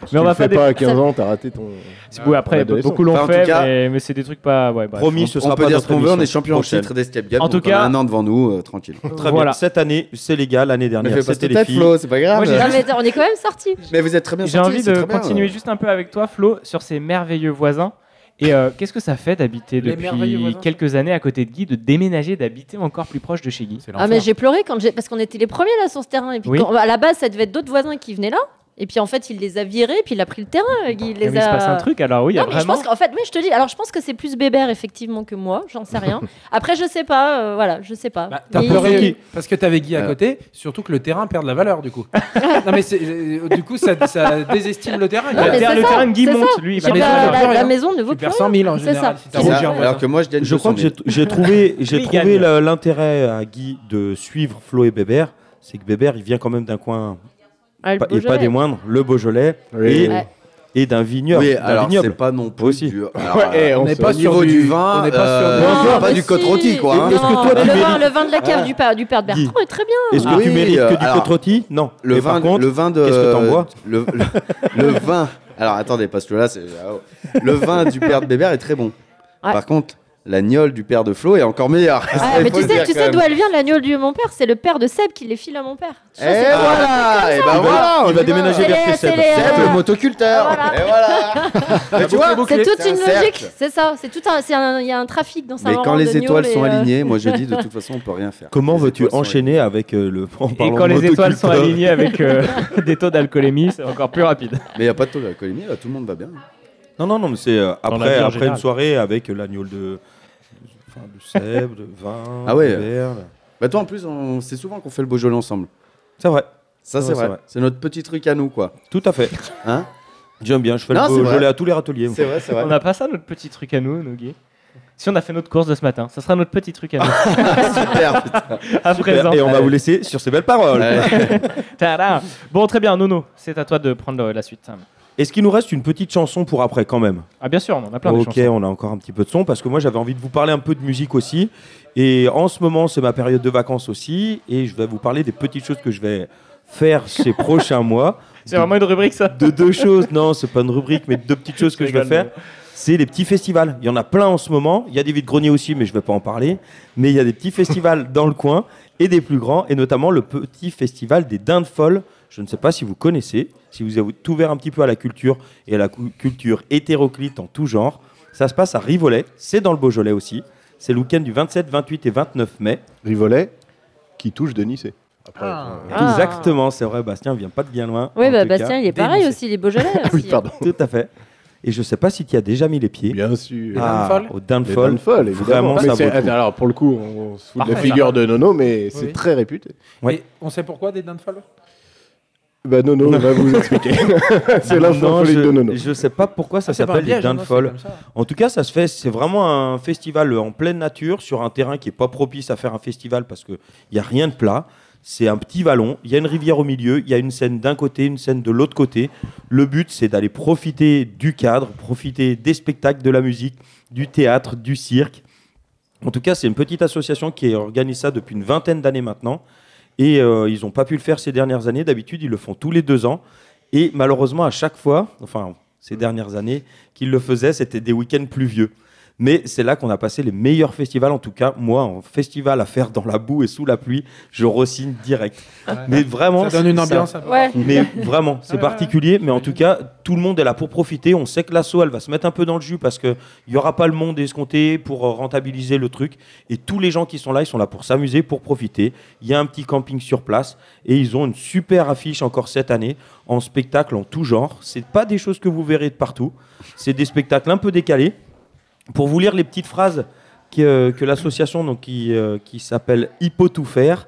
Speaker 1: Mais
Speaker 3: Mais
Speaker 1: on va
Speaker 3: fais
Speaker 1: faire des...
Speaker 3: pas à 15 ans, t'as raté ton.
Speaker 6: Ah,
Speaker 1: Si vous voulez, après,
Speaker 3: adolescent.
Speaker 1: beaucoup l'ont
Speaker 6: Enfin, en tout
Speaker 1: fait,
Speaker 6: cas,
Speaker 1: mais, mais c'est des trucs pas. Ouais, bref.
Speaker 4: Promis, ce
Speaker 6: On
Speaker 4: sera
Speaker 6: peut
Speaker 4: pas
Speaker 6: dire
Speaker 4: notre
Speaker 6: ce qu'on veut, on est
Speaker 4: émission
Speaker 6: champion en
Speaker 4: prochaine.
Speaker 6: titre d'Escape Game.
Speaker 1: En
Speaker 6: donc
Speaker 1: tout
Speaker 6: on a
Speaker 1: cas-
Speaker 6: un an devant nous, euh, tranquille.
Speaker 4: Très
Speaker 1: Voilà.
Speaker 4: bien. Cette année, c'est légal. L'année
Speaker 6: Ne
Speaker 4: dernière,
Speaker 6: fais pas ce
Speaker 4: c'était les
Speaker 6: tête,
Speaker 4: filles.
Speaker 6: Flo, c'est pas grave.
Speaker 1: Moi, j'ai-
Speaker 7: Non, Ah, mais on est quand même sortis.
Speaker 6: mais vous êtes très bien
Speaker 1: J'ai
Speaker 6: sortis,
Speaker 1: envie
Speaker 6: c'est
Speaker 1: de
Speaker 6: très bien.
Speaker 1: continuer juste un peu avec toi, Flo, sur ces merveilleux voisins. Et euh, qu'est-ce que ça fait d'habiter
Speaker 5: Les merveilleux
Speaker 1: depuis
Speaker 5: voisins.
Speaker 1: quelques années à côté de Guy, de déménager, d'habiter encore plus proche de chez Guy
Speaker 5: C'est
Speaker 7: Ah
Speaker 5: l'enfer.
Speaker 7: mais j'ai pleuré quand j'ai parce qu'on était les premiers là sur ce terrain et puis
Speaker 1: Oui.
Speaker 7: quand- à la base ça devait être d'autres voisins qui venaient là et puis en fait il les a virés puis il a pris le terrain Guy, il
Speaker 1: Ah,
Speaker 7: les
Speaker 1: mais Il
Speaker 7: a
Speaker 1: se passe un truc, alors oui, il y a
Speaker 7: Non mais je
Speaker 1: vraiment.
Speaker 7: pense qu'en fait oui je te dis alors je pense que c'est plus Bébert effectivement que moi j'en sais rien après je sais pas euh, voilà je sais pas
Speaker 5: Bah, t'as
Speaker 7: Mais-
Speaker 5: pleuré Euh. parce que t'avais Guy à
Speaker 6: Ouais.
Speaker 5: côté, surtout que le terrain perd de la valeur du coup. non mais c'est- euh, du coup ça, ça désestime le terrain.
Speaker 7: Ah,
Speaker 1: Le,
Speaker 7: mais
Speaker 5: tu
Speaker 1: ter-
Speaker 7: c'est
Speaker 1: le
Speaker 7: ça,
Speaker 1: terrain de Guy
Speaker 7: c'est
Speaker 1: monte,
Speaker 7: ça.
Speaker 1: lui. il
Speaker 5: J'ai
Speaker 1: va
Speaker 5: pas-
Speaker 1: descendre.
Speaker 7: la, la-
Speaker 5: rien.
Speaker 7: la maison ne vaut plus
Speaker 5: perds
Speaker 7: rien
Speaker 5: 100 000 en hein.
Speaker 7: C'est ça.
Speaker 5: général. Si t'as
Speaker 7: C'est
Speaker 6: Ça,
Speaker 5: rougi un voisin.
Speaker 6: alors que moi, je gagne
Speaker 4: Je crois que
Speaker 6: 200 000.
Speaker 4: j'ai j'ai trouvé, j'ai
Speaker 1: Lui, il
Speaker 4: trouvé
Speaker 1: gagne.
Speaker 4: le- l'intérêt à Guy de suivre Flo et Bébert. C'est que Bébert, il vient quand même d'un coin
Speaker 7: Ah, le
Speaker 4: pas- et
Speaker 7: Beaujolais.
Speaker 4: pas des moindres, le Beaujolais.
Speaker 3: Oui.
Speaker 4: Et,
Speaker 7: Ouais.
Speaker 4: et d'un vignoble.
Speaker 6: Oui,
Speaker 4: d'un
Speaker 6: alors c'est
Speaker 4: vignoble.
Speaker 6: pas non plus
Speaker 4: Aussi.
Speaker 6: du- alors,
Speaker 3: Ouais, eh,
Speaker 6: euh,
Speaker 3: on
Speaker 5: on n'est
Speaker 3: se-
Speaker 5: pas
Speaker 6: au
Speaker 5: sur
Speaker 6: niveau
Speaker 5: du-
Speaker 6: du vin,
Speaker 5: on n'est pas sur
Speaker 6: euh,
Speaker 5: du-
Speaker 6: on parle
Speaker 7: mais
Speaker 6: pas du côte
Speaker 7: si.
Speaker 6: rôti quoi. hein.
Speaker 7: Non,
Speaker 4: que toi,
Speaker 7: mais
Speaker 4: tu
Speaker 7: le,
Speaker 4: mérites-
Speaker 7: vin, le vin de la cave du, pa- du père de
Speaker 4: Dis.
Speaker 7: Bertrand est très bien.
Speaker 4: Est-ce que
Speaker 6: Ah
Speaker 4: tu
Speaker 6: oui,
Speaker 4: mérites
Speaker 6: euh,
Speaker 4: que du
Speaker 6: alors,
Speaker 4: côte rôti Non.
Speaker 6: Le
Speaker 4: Mais
Speaker 6: vin,
Speaker 4: par contre,
Speaker 6: le vin de.
Speaker 4: qu'est-ce que t'en bois
Speaker 6: le, le- le vin. Alors attendez, parce que là, c'est. ah, oh. Le vin du père de Bébert est très bon.
Speaker 7: Ouais.
Speaker 6: Par contre, la gnole du père de Flo est encore meilleure.
Speaker 7: Ah,
Speaker 6: Il
Speaker 7: mais
Speaker 6: Eh, faut
Speaker 7: tu
Speaker 6: le
Speaker 7: sais,
Speaker 6: dire
Speaker 7: tu
Speaker 6: quand
Speaker 7: sais
Speaker 6: même.
Speaker 7: d'où elle vient, l'agneau de mon père C'est le père de Seb qui les file à mon père. Tu
Speaker 6: Eh
Speaker 7: vois, c'est-
Speaker 6: voilà Et ben voilà
Speaker 4: Eh il va
Speaker 7: C'est
Speaker 4: déménager
Speaker 7: les-
Speaker 4: vers chez
Speaker 7: c'est
Speaker 4: Seb.
Speaker 7: les-
Speaker 1: hein.
Speaker 6: Seb,
Speaker 7: euh,
Speaker 6: le motoculteur
Speaker 7: voilà.
Speaker 4: Eh
Speaker 6: Et Eh voilà Mais
Speaker 5: Ah,
Speaker 6: tu vois
Speaker 7: C'est toute
Speaker 6: C'est
Speaker 7: une
Speaker 6: un cercle.
Speaker 7: logique, c'est ça. C'est tout un, c'est un- il y a un trafic dans
Speaker 6: Mais
Speaker 7: Saint-Laurent.
Speaker 6: quand les
Speaker 7: d'agneaux,
Speaker 6: étoiles
Speaker 7: les,
Speaker 6: sont
Speaker 7: euh,
Speaker 6: alignées, moi je dis de toute façon, on peut rien faire.
Speaker 4: Comment
Speaker 6: Les
Speaker 4: veux-tu
Speaker 6: étoiles sont
Speaker 4: enchaîner avec euh, le en
Speaker 1: Et
Speaker 4: parlant
Speaker 1: quand
Speaker 4: de
Speaker 1: les étoiles sont
Speaker 4: motoculteur
Speaker 1: alignées avec euh, des taux d'alcoolémie, c'est encore plus rapide.
Speaker 6: alignées. Mais il n'y a pas de taux d'alcoolémie, là, tout le monde va bien.
Speaker 4: Non, non, non, mais c'est euh,
Speaker 1: Dans la
Speaker 4: après,
Speaker 1: vie en
Speaker 4: après une
Speaker 1: général.
Speaker 4: soirée avec euh, l'agneau de. Enfin, de Seb, de vin,
Speaker 6: Ah ouais.
Speaker 4: de verre. là.
Speaker 6: Bah toi en plus, on- c'est souvent qu'on fait le Beaujolais ensemble.
Speaker 4: C'est vrai,
Speaker 6: Ça
Speaker 4: Ouais,
Speaker 6: c'est
Speaker 4: c'est
Speaker 6: vrai.
Speaker 4: vrai.
Speaker 6: C'est notre petit truc à nous quoi.
Speaker 4: tout à fait.
Speaker 6: Hein
Speaker 4: J'aime bien, je fais
Speaker 6: Non, c'est
Speaker 4: le
Speaker 6: vrai.
Speaker 4: Beaujolais à tous les râteliers. moi.
Speaker 6: C'est vrai, c'est vrai.
Speaker 1: On n'a pas ça, notre petit truc à nous, nos gays Si on a fait notre course de ce matin, ça sera notre petit truc à nous.
Speaker 6: Super, putain.
Speaker 1: à présent.
Speaker 4: Et on va vous laisser sur ces belles paroles.
Speaker 6: Ouais.
Speaker 1: Tadam. Bon, très bien, Nono, c'est à toi de prendre euh, la suite.
Speaker 4: Est-ce qu'il nous reste une petite chanson pour après quand même
Speaker 1: Ah, bien sûr, on en a plein de
Speaker 4: Ok,
Speaker 1: chansons.
Speaker 4: on a encore un petit peu de son parce que moi j'avais envie de vous parler un peu de musique aussi. Et en ce moment, c'est ma période de vacances aussi. Et je vais vous parler des petites choses que je vais faire ces prochains mois.
Speaker 1: C'est vraiment une rubrique, ça
Speaker 4: De deux choses, non, c'est pas une rubrique, mais deux petites choses que
Speaker 1: Je
Speaker 4: je vais
Speaker 1: rigole,
Speaker 4: faire. C'est les petits festivals. Il y en a plein en ce moment. Il y a des vides greniers aussi, mais je vais pas en parler. Mais il y a des petits festivals dans le coin et des plus grands, et notamment le petit festival des dindes folles. Je ne sais pas si vous connaissez, si vous avez ouvert un petit peu à la culture et à la cou- culture hétéroclite en tout genre. Ça se passe à Rivolet, c'est dans le Beaujolais aussi. C'est le week-end du 27, 28 et 29 mai.
Speaker 3: Rivolet qui touche de Nice. Après,
Speaker 5: Ah.
Speaker 3: euh,
Speaker 7: Ah.
Speaker 4: Exactement, c'est vrai, Bastien vient pas de bien loin.
Speaker 7: Oui,
Speaker 4: En
Speaker 7: bah,
Speaker 4: tout cas,
Speaker 7: Bastien, il
Speaker 4: des
Speaker 7: est pareil
Speaker 4: lycées.
Speaker 7: aussi, il est Beaujolais
Speaker 4: Ah,
Speaker 7: aussi.
Speaker 3: oui, pardon.
Speaker 4: Tout à fait. Et je sais pas si tu as déjà mis les pieds.
Speaker 3: Bien sûr.
Speaker 5: Ah, dindes folles
Speaker 4: Au dindes
Speaker 3: Les
Speaker 4: folles.
Speaker 3: dindes folles, évidemment.
Speaker 4: Vraiment, ça
Speaker 3: Mais c'est-
Speaker 4: vaut le coup.
Speaker 3: alors, pour le coup, on se fout de la
Speaker 1: Parfait.
Speaker 3: figure de Nono, mais c'est
Speaker 5: Oui.
Speaker 3: très réputé.
Speaker 4: Ouais.
Speaker 5: Et on sait pourquoi des dindes folles
Speaker 3: Bah, Nono va vous expliquer. c'est l'info
Speaker 4: Non,
Speaker 3: folie
Speaker 4: je,
Speaker 3: de Nono.
Speaker 4: Je sais pas pourquoi ça
Speaker 5: Ah, c'est pas un
Speaker 4: s'appelle les
Speaker 5: piège, hein,
Speaker 4: dindes
Speaker 5: non, c'est
Speaker 4: folles.
Speaker 5: comme ça.
Speaker 4: En tout cas, ça se fait. C'est vraiment un festival en pleine nature sur un terrain qui est pas propice à faire un festival parce que il y a rien de plat. C'est un petit vallon. Il y a une rivière au milieu. Il y a une scène d'un côté, une scène de l'autre côté. Le but, c'est d'aller profiter du cadre, profiter des spectacles, de la musique, du théâtre, du cirque. En tout cas, c'est une petite association qui organise ça depuis une vingtaine d'années maintenant. Et euh, ils n'ont pas pu le faire ces dernières années. D'habitude, ils le font tous les deux ans. Et malheureusement, à chaque fois, enfin, ces dernières années, qu'ils le faisaient, c'était des week-ends pluvieux. Mais c'est là qu'on a passé les meilleurs festivals, en tout cas, moi, en festival à faire dans la boue et sous la pluie, je re-signe direct. Mais vraiment,
Speaker 5: Ça donne une
Speaker 4: ça-
Speaker 5: ambiance. un peu.
Speaker 7: Ouais.
Speaker 4: mais vraiment, c'est
Speaker 5: Ouais,
Speaker 4: particulier. Mais en tout cas, tout le monde est là pour profiter. On sait que l'assaut, elle va se mettre un peu dans le jus parce qu'il n'y aura pas le monde escompté pour euh, rentabiliser le truc. Et tous les gens qui sont là, ils sont là pour s'amuser, pour profiter. Il y a un petit camping sur place et ils ont une super affiche encore cette année en spectacle en tout genre. C'est pas des choses que vous verrez de partout. C'est des spectacles un peu décalés. Pour vous lire les petites phrases que, euh, que l'association donc, qui, euh, qui s'appelle Hippo Tout Faire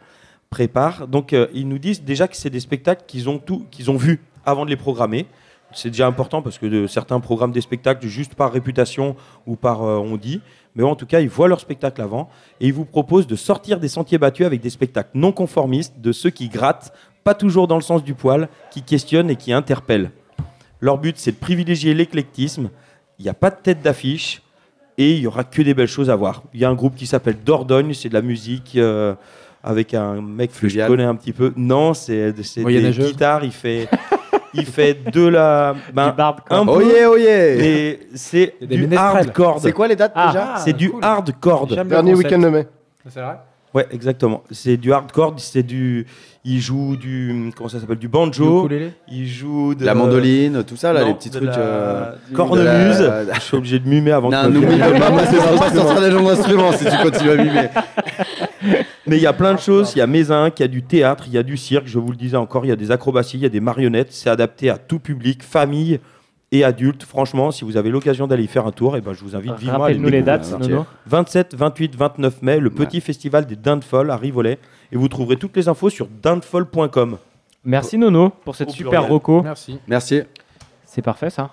Speaker 4: prépare, donc euh, ils nous disent déjà que c'est des spectacles qu'ils ont, tout- qu'ils ont vus avant de les programmer. C'est déjà important parce que de- certains programment des spectacles juste par réputation ou par euh, on dit. Mais en tout cas, ils voient leur spectacle avant et ils vous proposent de sortir des sentiers battus avec des spectacles non conformistes, de ceux qui grattent, pas toujours dans le sens du poil, qui questionnent et qui interpellent. Leur but, c'est de privilégier l'éclectisme. Il n'y a pas de tête d'affiche et il y aura que des belles choses à voir. Il y a un groupe qui s'appelle Dordogne, c'est de la musique euh, avec un mec que je
Speaker 6: Fluvial.
Speaker 4: connais un petit peu. Non, c'est c'est des
Speaker 5: Moyenâgeux.
Speaker 4: guitares, il fait, il fait de la... ben,
Speaker 1: du barbe, quoi.
Speaker 4: un peu,
Speaker 6: Oh yeah, oh yeah
Speaker 4: mais c'est
Speaker 5: Il y a des
Speaker 4: du
Speaker 5: ménestrels.
Speaker 4: hardcore.
Speaker 6: C'est quoi les dates
Speaker 1: Ah.
Speaker 6: déjà
Speaker 5: Ah,
Speaker 4: C'est du
Speaker 5: cool.
Speaker 4: hardcore.
Speaker 5: J'aime le
Speaker 3: Dernier
Speaker 5: concept.
Speaker 3: week-end de mai.
Speaker 5: C'est vrai
Speaker 4: Ouais, exactement. C'est du hardcore, c'est du. Il joue du. Comment ça s'appelle Du banjo.
Speaker 5: Ukulélé.
Speaker 4: Il joue de.
Speaker 6: La mandoline, tout ça là,
Speaker 4: Non,
Speaker 6: les petits
Speaker 4: de
Speaker 6: trucs.
Speaker 4: la
Speaker 6: euh,
Speaker 4: cornemuse.
Speaker 6: de la-
Speaker 4: Je suis obligé de mumer avant
Speaker 6: Non,
Speaker 4: que.
Speaker 6: n'oublie pas, moi, c'est pas sortir des gens d'instruments si tu continues à mimer.
Speaker 4: Mais il y a plein de choses. Il y a Mézinc, il y a du théâtre, il y a du cirque, je vous le disais encore, il y a des acrobaties, il y a des marionnettes. C'est adapté à tout public, famille et adultes. Franchement, si vous avez l'occasion d'aller y faire un tour, eh ben, je vous invite vivement à aller
Speaker 1: Rappelle-nous
Speaker 4: le
Speaker 1: les
Speaker 4: découvrir.
Speaker 1: dates,
Speaker 6: découvrir,
Speaker 1: Nono.
Speaker 4: 27, 28, 29 mai, le petit festival des dindes folles à Rivolet. Et vous trouverez toutes les infos sur dindefolle.com.
Speaker 1: Merci, Nono, pour cette
Speaker 4: Au
Speaker 1: super
Speaker 4: pluriel.
Speaker 1: roco.
Speaker 5: Merci.
Speaker 6: Merci.
Speaker 1: C'est parfait, ça.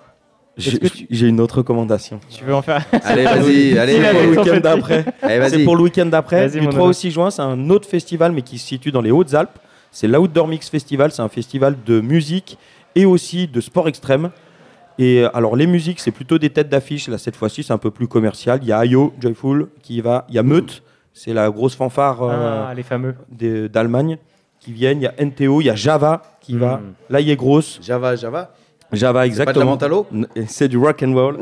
Speaker 4: J'ai
Speaker 1: que tu-
Speaker 4: j'ai une autre recommandation.
Speaker 1: Tu veux en faire
Speaker 6: Allez, vas-y, allez,
Speaker 1: Il
Speaker 4: C'est
Speaker 1: a
Speaker 4: pour le
Speaker 1: raison,
Speaker 4: week-end
Speaker 1: petit.
Speaker 4: d'après.
Speaker 6: allez,
Speaker 4: C'est
Speaker 6: vas-y.
Speaker 4: pour le week-end d'après.
Speaker 1: Vas-y,
Speaker 4: Du
Speaker 1: mon
Speaker 4: 3 au
Speaker 1: Nono.
Speaker 4: 6 juin, c'est un autre festival, mais qui se situe dans les Hautes-Alpes. C'est l'Outdoor Mix Festival. C'est un festival de musique et aussi de sport extrême. Et euh, alors, les musiques, c'est plutôt des têtes d'affiche. Là, cette fois-ci, c'est un peu plus commercial. Il y a Ayo, Joyful, qui y va. Il y a Meute, c'est la grosse fanfare euh,
Speaker 1: Ah, les fameux.
Speaker 4: des- d'Allemagne, qui viennent. Il y a NTO, il y a Java, qui va.
Speaker 1: Mm.
Speaker 4: Là, il est grosse.
Speaker 6: Java, Java.
Speaker 4: Java,
Speaker 6: Hmm. C'est Pas de la
Speaker 4: exactement.
Speaker 6: Mentalo
Speaker 4: Et C'est du rock and roll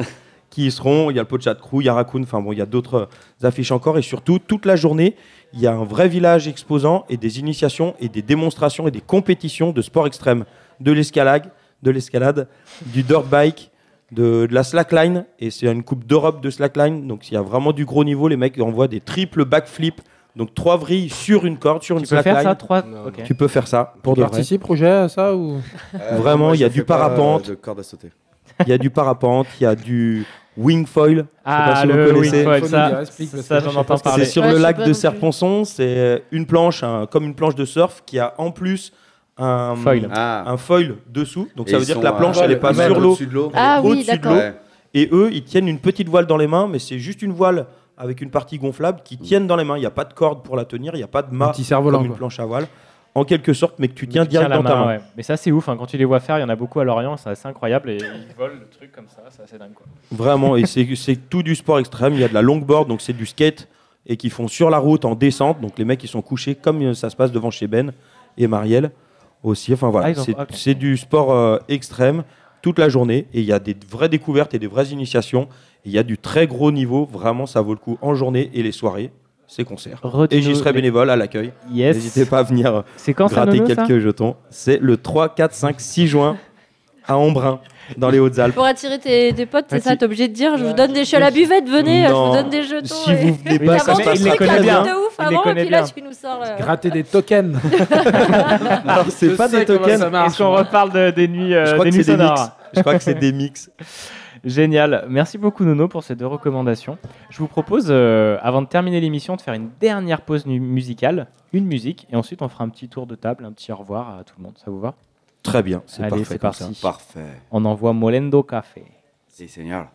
Speaker 4: qui y seront. Il y a le Pochat Crew, il y a Raccoon, enfin bon, il y a d'autres euh, affiches encore. Et surtout, toute la journée, il y a un vrai village exposant et des initiations et des démonstrations et des compétitions de sports extrêmes, de l'escalade, de l'escalade, du dirt bike. De, de la slackline et c'est une coupe d'Europe de slackline donc il y a vraiment du gros niveau les mecs envoient des triples backflips donc trois vrilles sur une corde sur une
Speaker 1: Tu peux
Speaker 4: slackline
Speaker 1: faire ça, trois
Speaker 3: Non,
Speaker 1: Ok.
Speaker 4: tu peux faire ça pour
Speaker 5: Tu
Speaker 4: de vrai
Speaker 5: participes, Roger, à ça ou...
Speaker 6: Euh,
Speaker 4: Vraiment,
Speaker 6: moi,
Speaker 4: il y a
Speaker 6: je
Speaker 4: du
Speaker 6: fais pas,
Speaker 4: parapente.
Speaker 6: euh, de corde à sauter.
Speaker 4: il y a du parapente il y a du wing foil
Speaker 1: Ah,
Speaker 4: si vous
Speaker 1: le
Speaker 4: connaissez.
Speaker 1: wing foil,
Speaker 5: Faut nous dire,
Speaker 1: ça,
Speaker 5: explique, parce
Speaker 1: ça
Speaker 5: que je
Speaker 1: j'en
Speaker 5: sais pas
Speaker 1: entends
Speaker 5: ce que
Speaker 1: parler.
Speaker 4: C'est sur
Speaker 7: Ah, Ouais,
Speaker 4: le
Speaker 7: je sais
Speaker 4: lac
Speaker 7: pas
Speaker 4: de
Speaker 7: non plus.
Speaker 4: Serponçon, c'est une planche, un- comme une planche de surf qui a en plus un
Speaker 1: Foil.
Speaker 6: Ah.
Speaker 4: un foil dessous. Donc
Speaker 6: Et
Speaker 4: ça veut
Speaker 6: ils
Speaker 4: dire
Speaker 6: sont,
Speaker 4: que la planche,
Speaker 5: euh,
Speaker 4: elle n'est pas
Speaker 5: ils mettent
Speaker 4: sur l'eau.
Speaker 6: au-dessus de l'eau.
Speaker 7: Ah oui,
Speaker 4: au-dessus de
Speaker 7: d'accord.
Speaker 4: l'eau. Et eux, ils tiennent une petite voile dans les mains, mais c'est juste une voile avec une partie gonflable qui tiennent dans les mains. Il n'y a pas de corde pour la tenir, il n'y a pas de
Speaker 5: Un
Speaker 4: mât
Speaker 5: petit
Speaker 4: Bah, comme
Speaker 5: cerf-volant.
Speaker 4: une
Speaker 5: quoi.
Speaker 4: planche à voile, en quelque sorte, mais que tu tiens
Speaker 1: Tu tiens
Speaker 4: direct
Speaker 1: la
Speaker 4: dans ta
Speaker 1: main,
Speaker 4: main.
Speaker 1: ouais. Mais ça, c'est ouf. hein. Quand tu les vois faire, il y en a beaucoup à Lorient, ça, c'est incroyable. Et ils volent le truc comme ça, c'est assez dingue. Quoi.
Speaker 4: Vraiment, et c'est c'est tout du sport extrême. Il y a de la longboard, donc c'est du skate, et qui font sur la route en descente. Donc les mecs, ils sont couchés comme euh, ça se passe devant chez Ben et Marielle aussi. Enfin
Speaker 1: Ah,
Speaker 4: voilà,
Speaker 1: ils ont-
Speaker 4: c'est
Speaker 1: ok.
Speaker 4: c'est du sport euh, extrême toute la journée. Et il y a des vraies découvertes et des vraies initiations. Et Il y a du très gros niveau. Vraiment, ça vaut le coup en journée et les soirées, ces concerts. Et j'y serai bénévole à l'accueil. N'hésitez
Speaker 1: Yes.
Speaker 4: pas à venir euh,
Speaker 1: C'est quand ça,
Speaker 4: gratter
Speaker 1: Nono, ça
Speaker 4: quelques jetons. C'est le 3, 4, 5, 6 juin à Embrun, dans les Hautes-Alpes.
Speaker 7: Pour attirer tes, tes
Speaker 4: Ah,
Speaker 7: potes, c'est
Speaker 1: Merci.
Speaker 7: ça, t'es obligé de dire je vous donne des. Je suis à la buvette,
Speaker 4: Non.
Speaker 7: venez, je vous donne des jetons.
Speaker 4: Si vous venez
Speaker 1: Oui,
Speaker 4: pas, ça
Speaker 1: mais
Speaker 4: se passe
Speaker 1: il les
Speaker 4: pas
Speaker 1: connaît
Speaker 4: très bien.
Speaker 7: de ouf
Speaker 1: Il les
Speaker 7: avant, et
Speaker 1: connaît
Speaker 7: puis là,
Speaker 1: bien.
Speaker 7: tu nous sors. euh,
Speaker 5: Gratter des tokens.
Speaker 4: Alors,
Speaker 5: Ah, Je
Speaker 4: c'est pas
Speaker 5: sais
Speaker 4: des
Speaker 5: comment
Speaker 4: tokens.
Speaker 5: ça marche,
Speaker 1: Est-ce qu'on
Speaker 5: moi.
Speaker 1: reparle de- des nuits, euh,
Speaker 4: Je crois
Speaker 1: des
Speaker 4: que
Speaker 1: nuits
Speaker 4: c'est des mix.
Speaker 1: sonores
Speaker 4: Je crois que c'est des mix.
Speaker 1: Génial. Merci beaucoup, Nono, pour ces deux recommandations. Je vous propose, euh, avant de terminer l'émission, de faire une dernière pause nu- musicale, une musique, et ensuite on fera un petit tour de table, un petit au revoir à tout le monde. Ça vous va
Speaker 4: Très bien, c'est
Speaker 1: Allez,
Speaker 4: parfait.
Speaker 1: c'est
Speaker 4: comme
Speaker 1: parti.
Speaker 6: Parfait.
Speaker 1: On envoie Molendo Café.
Speaker 6: Si, Seigneur.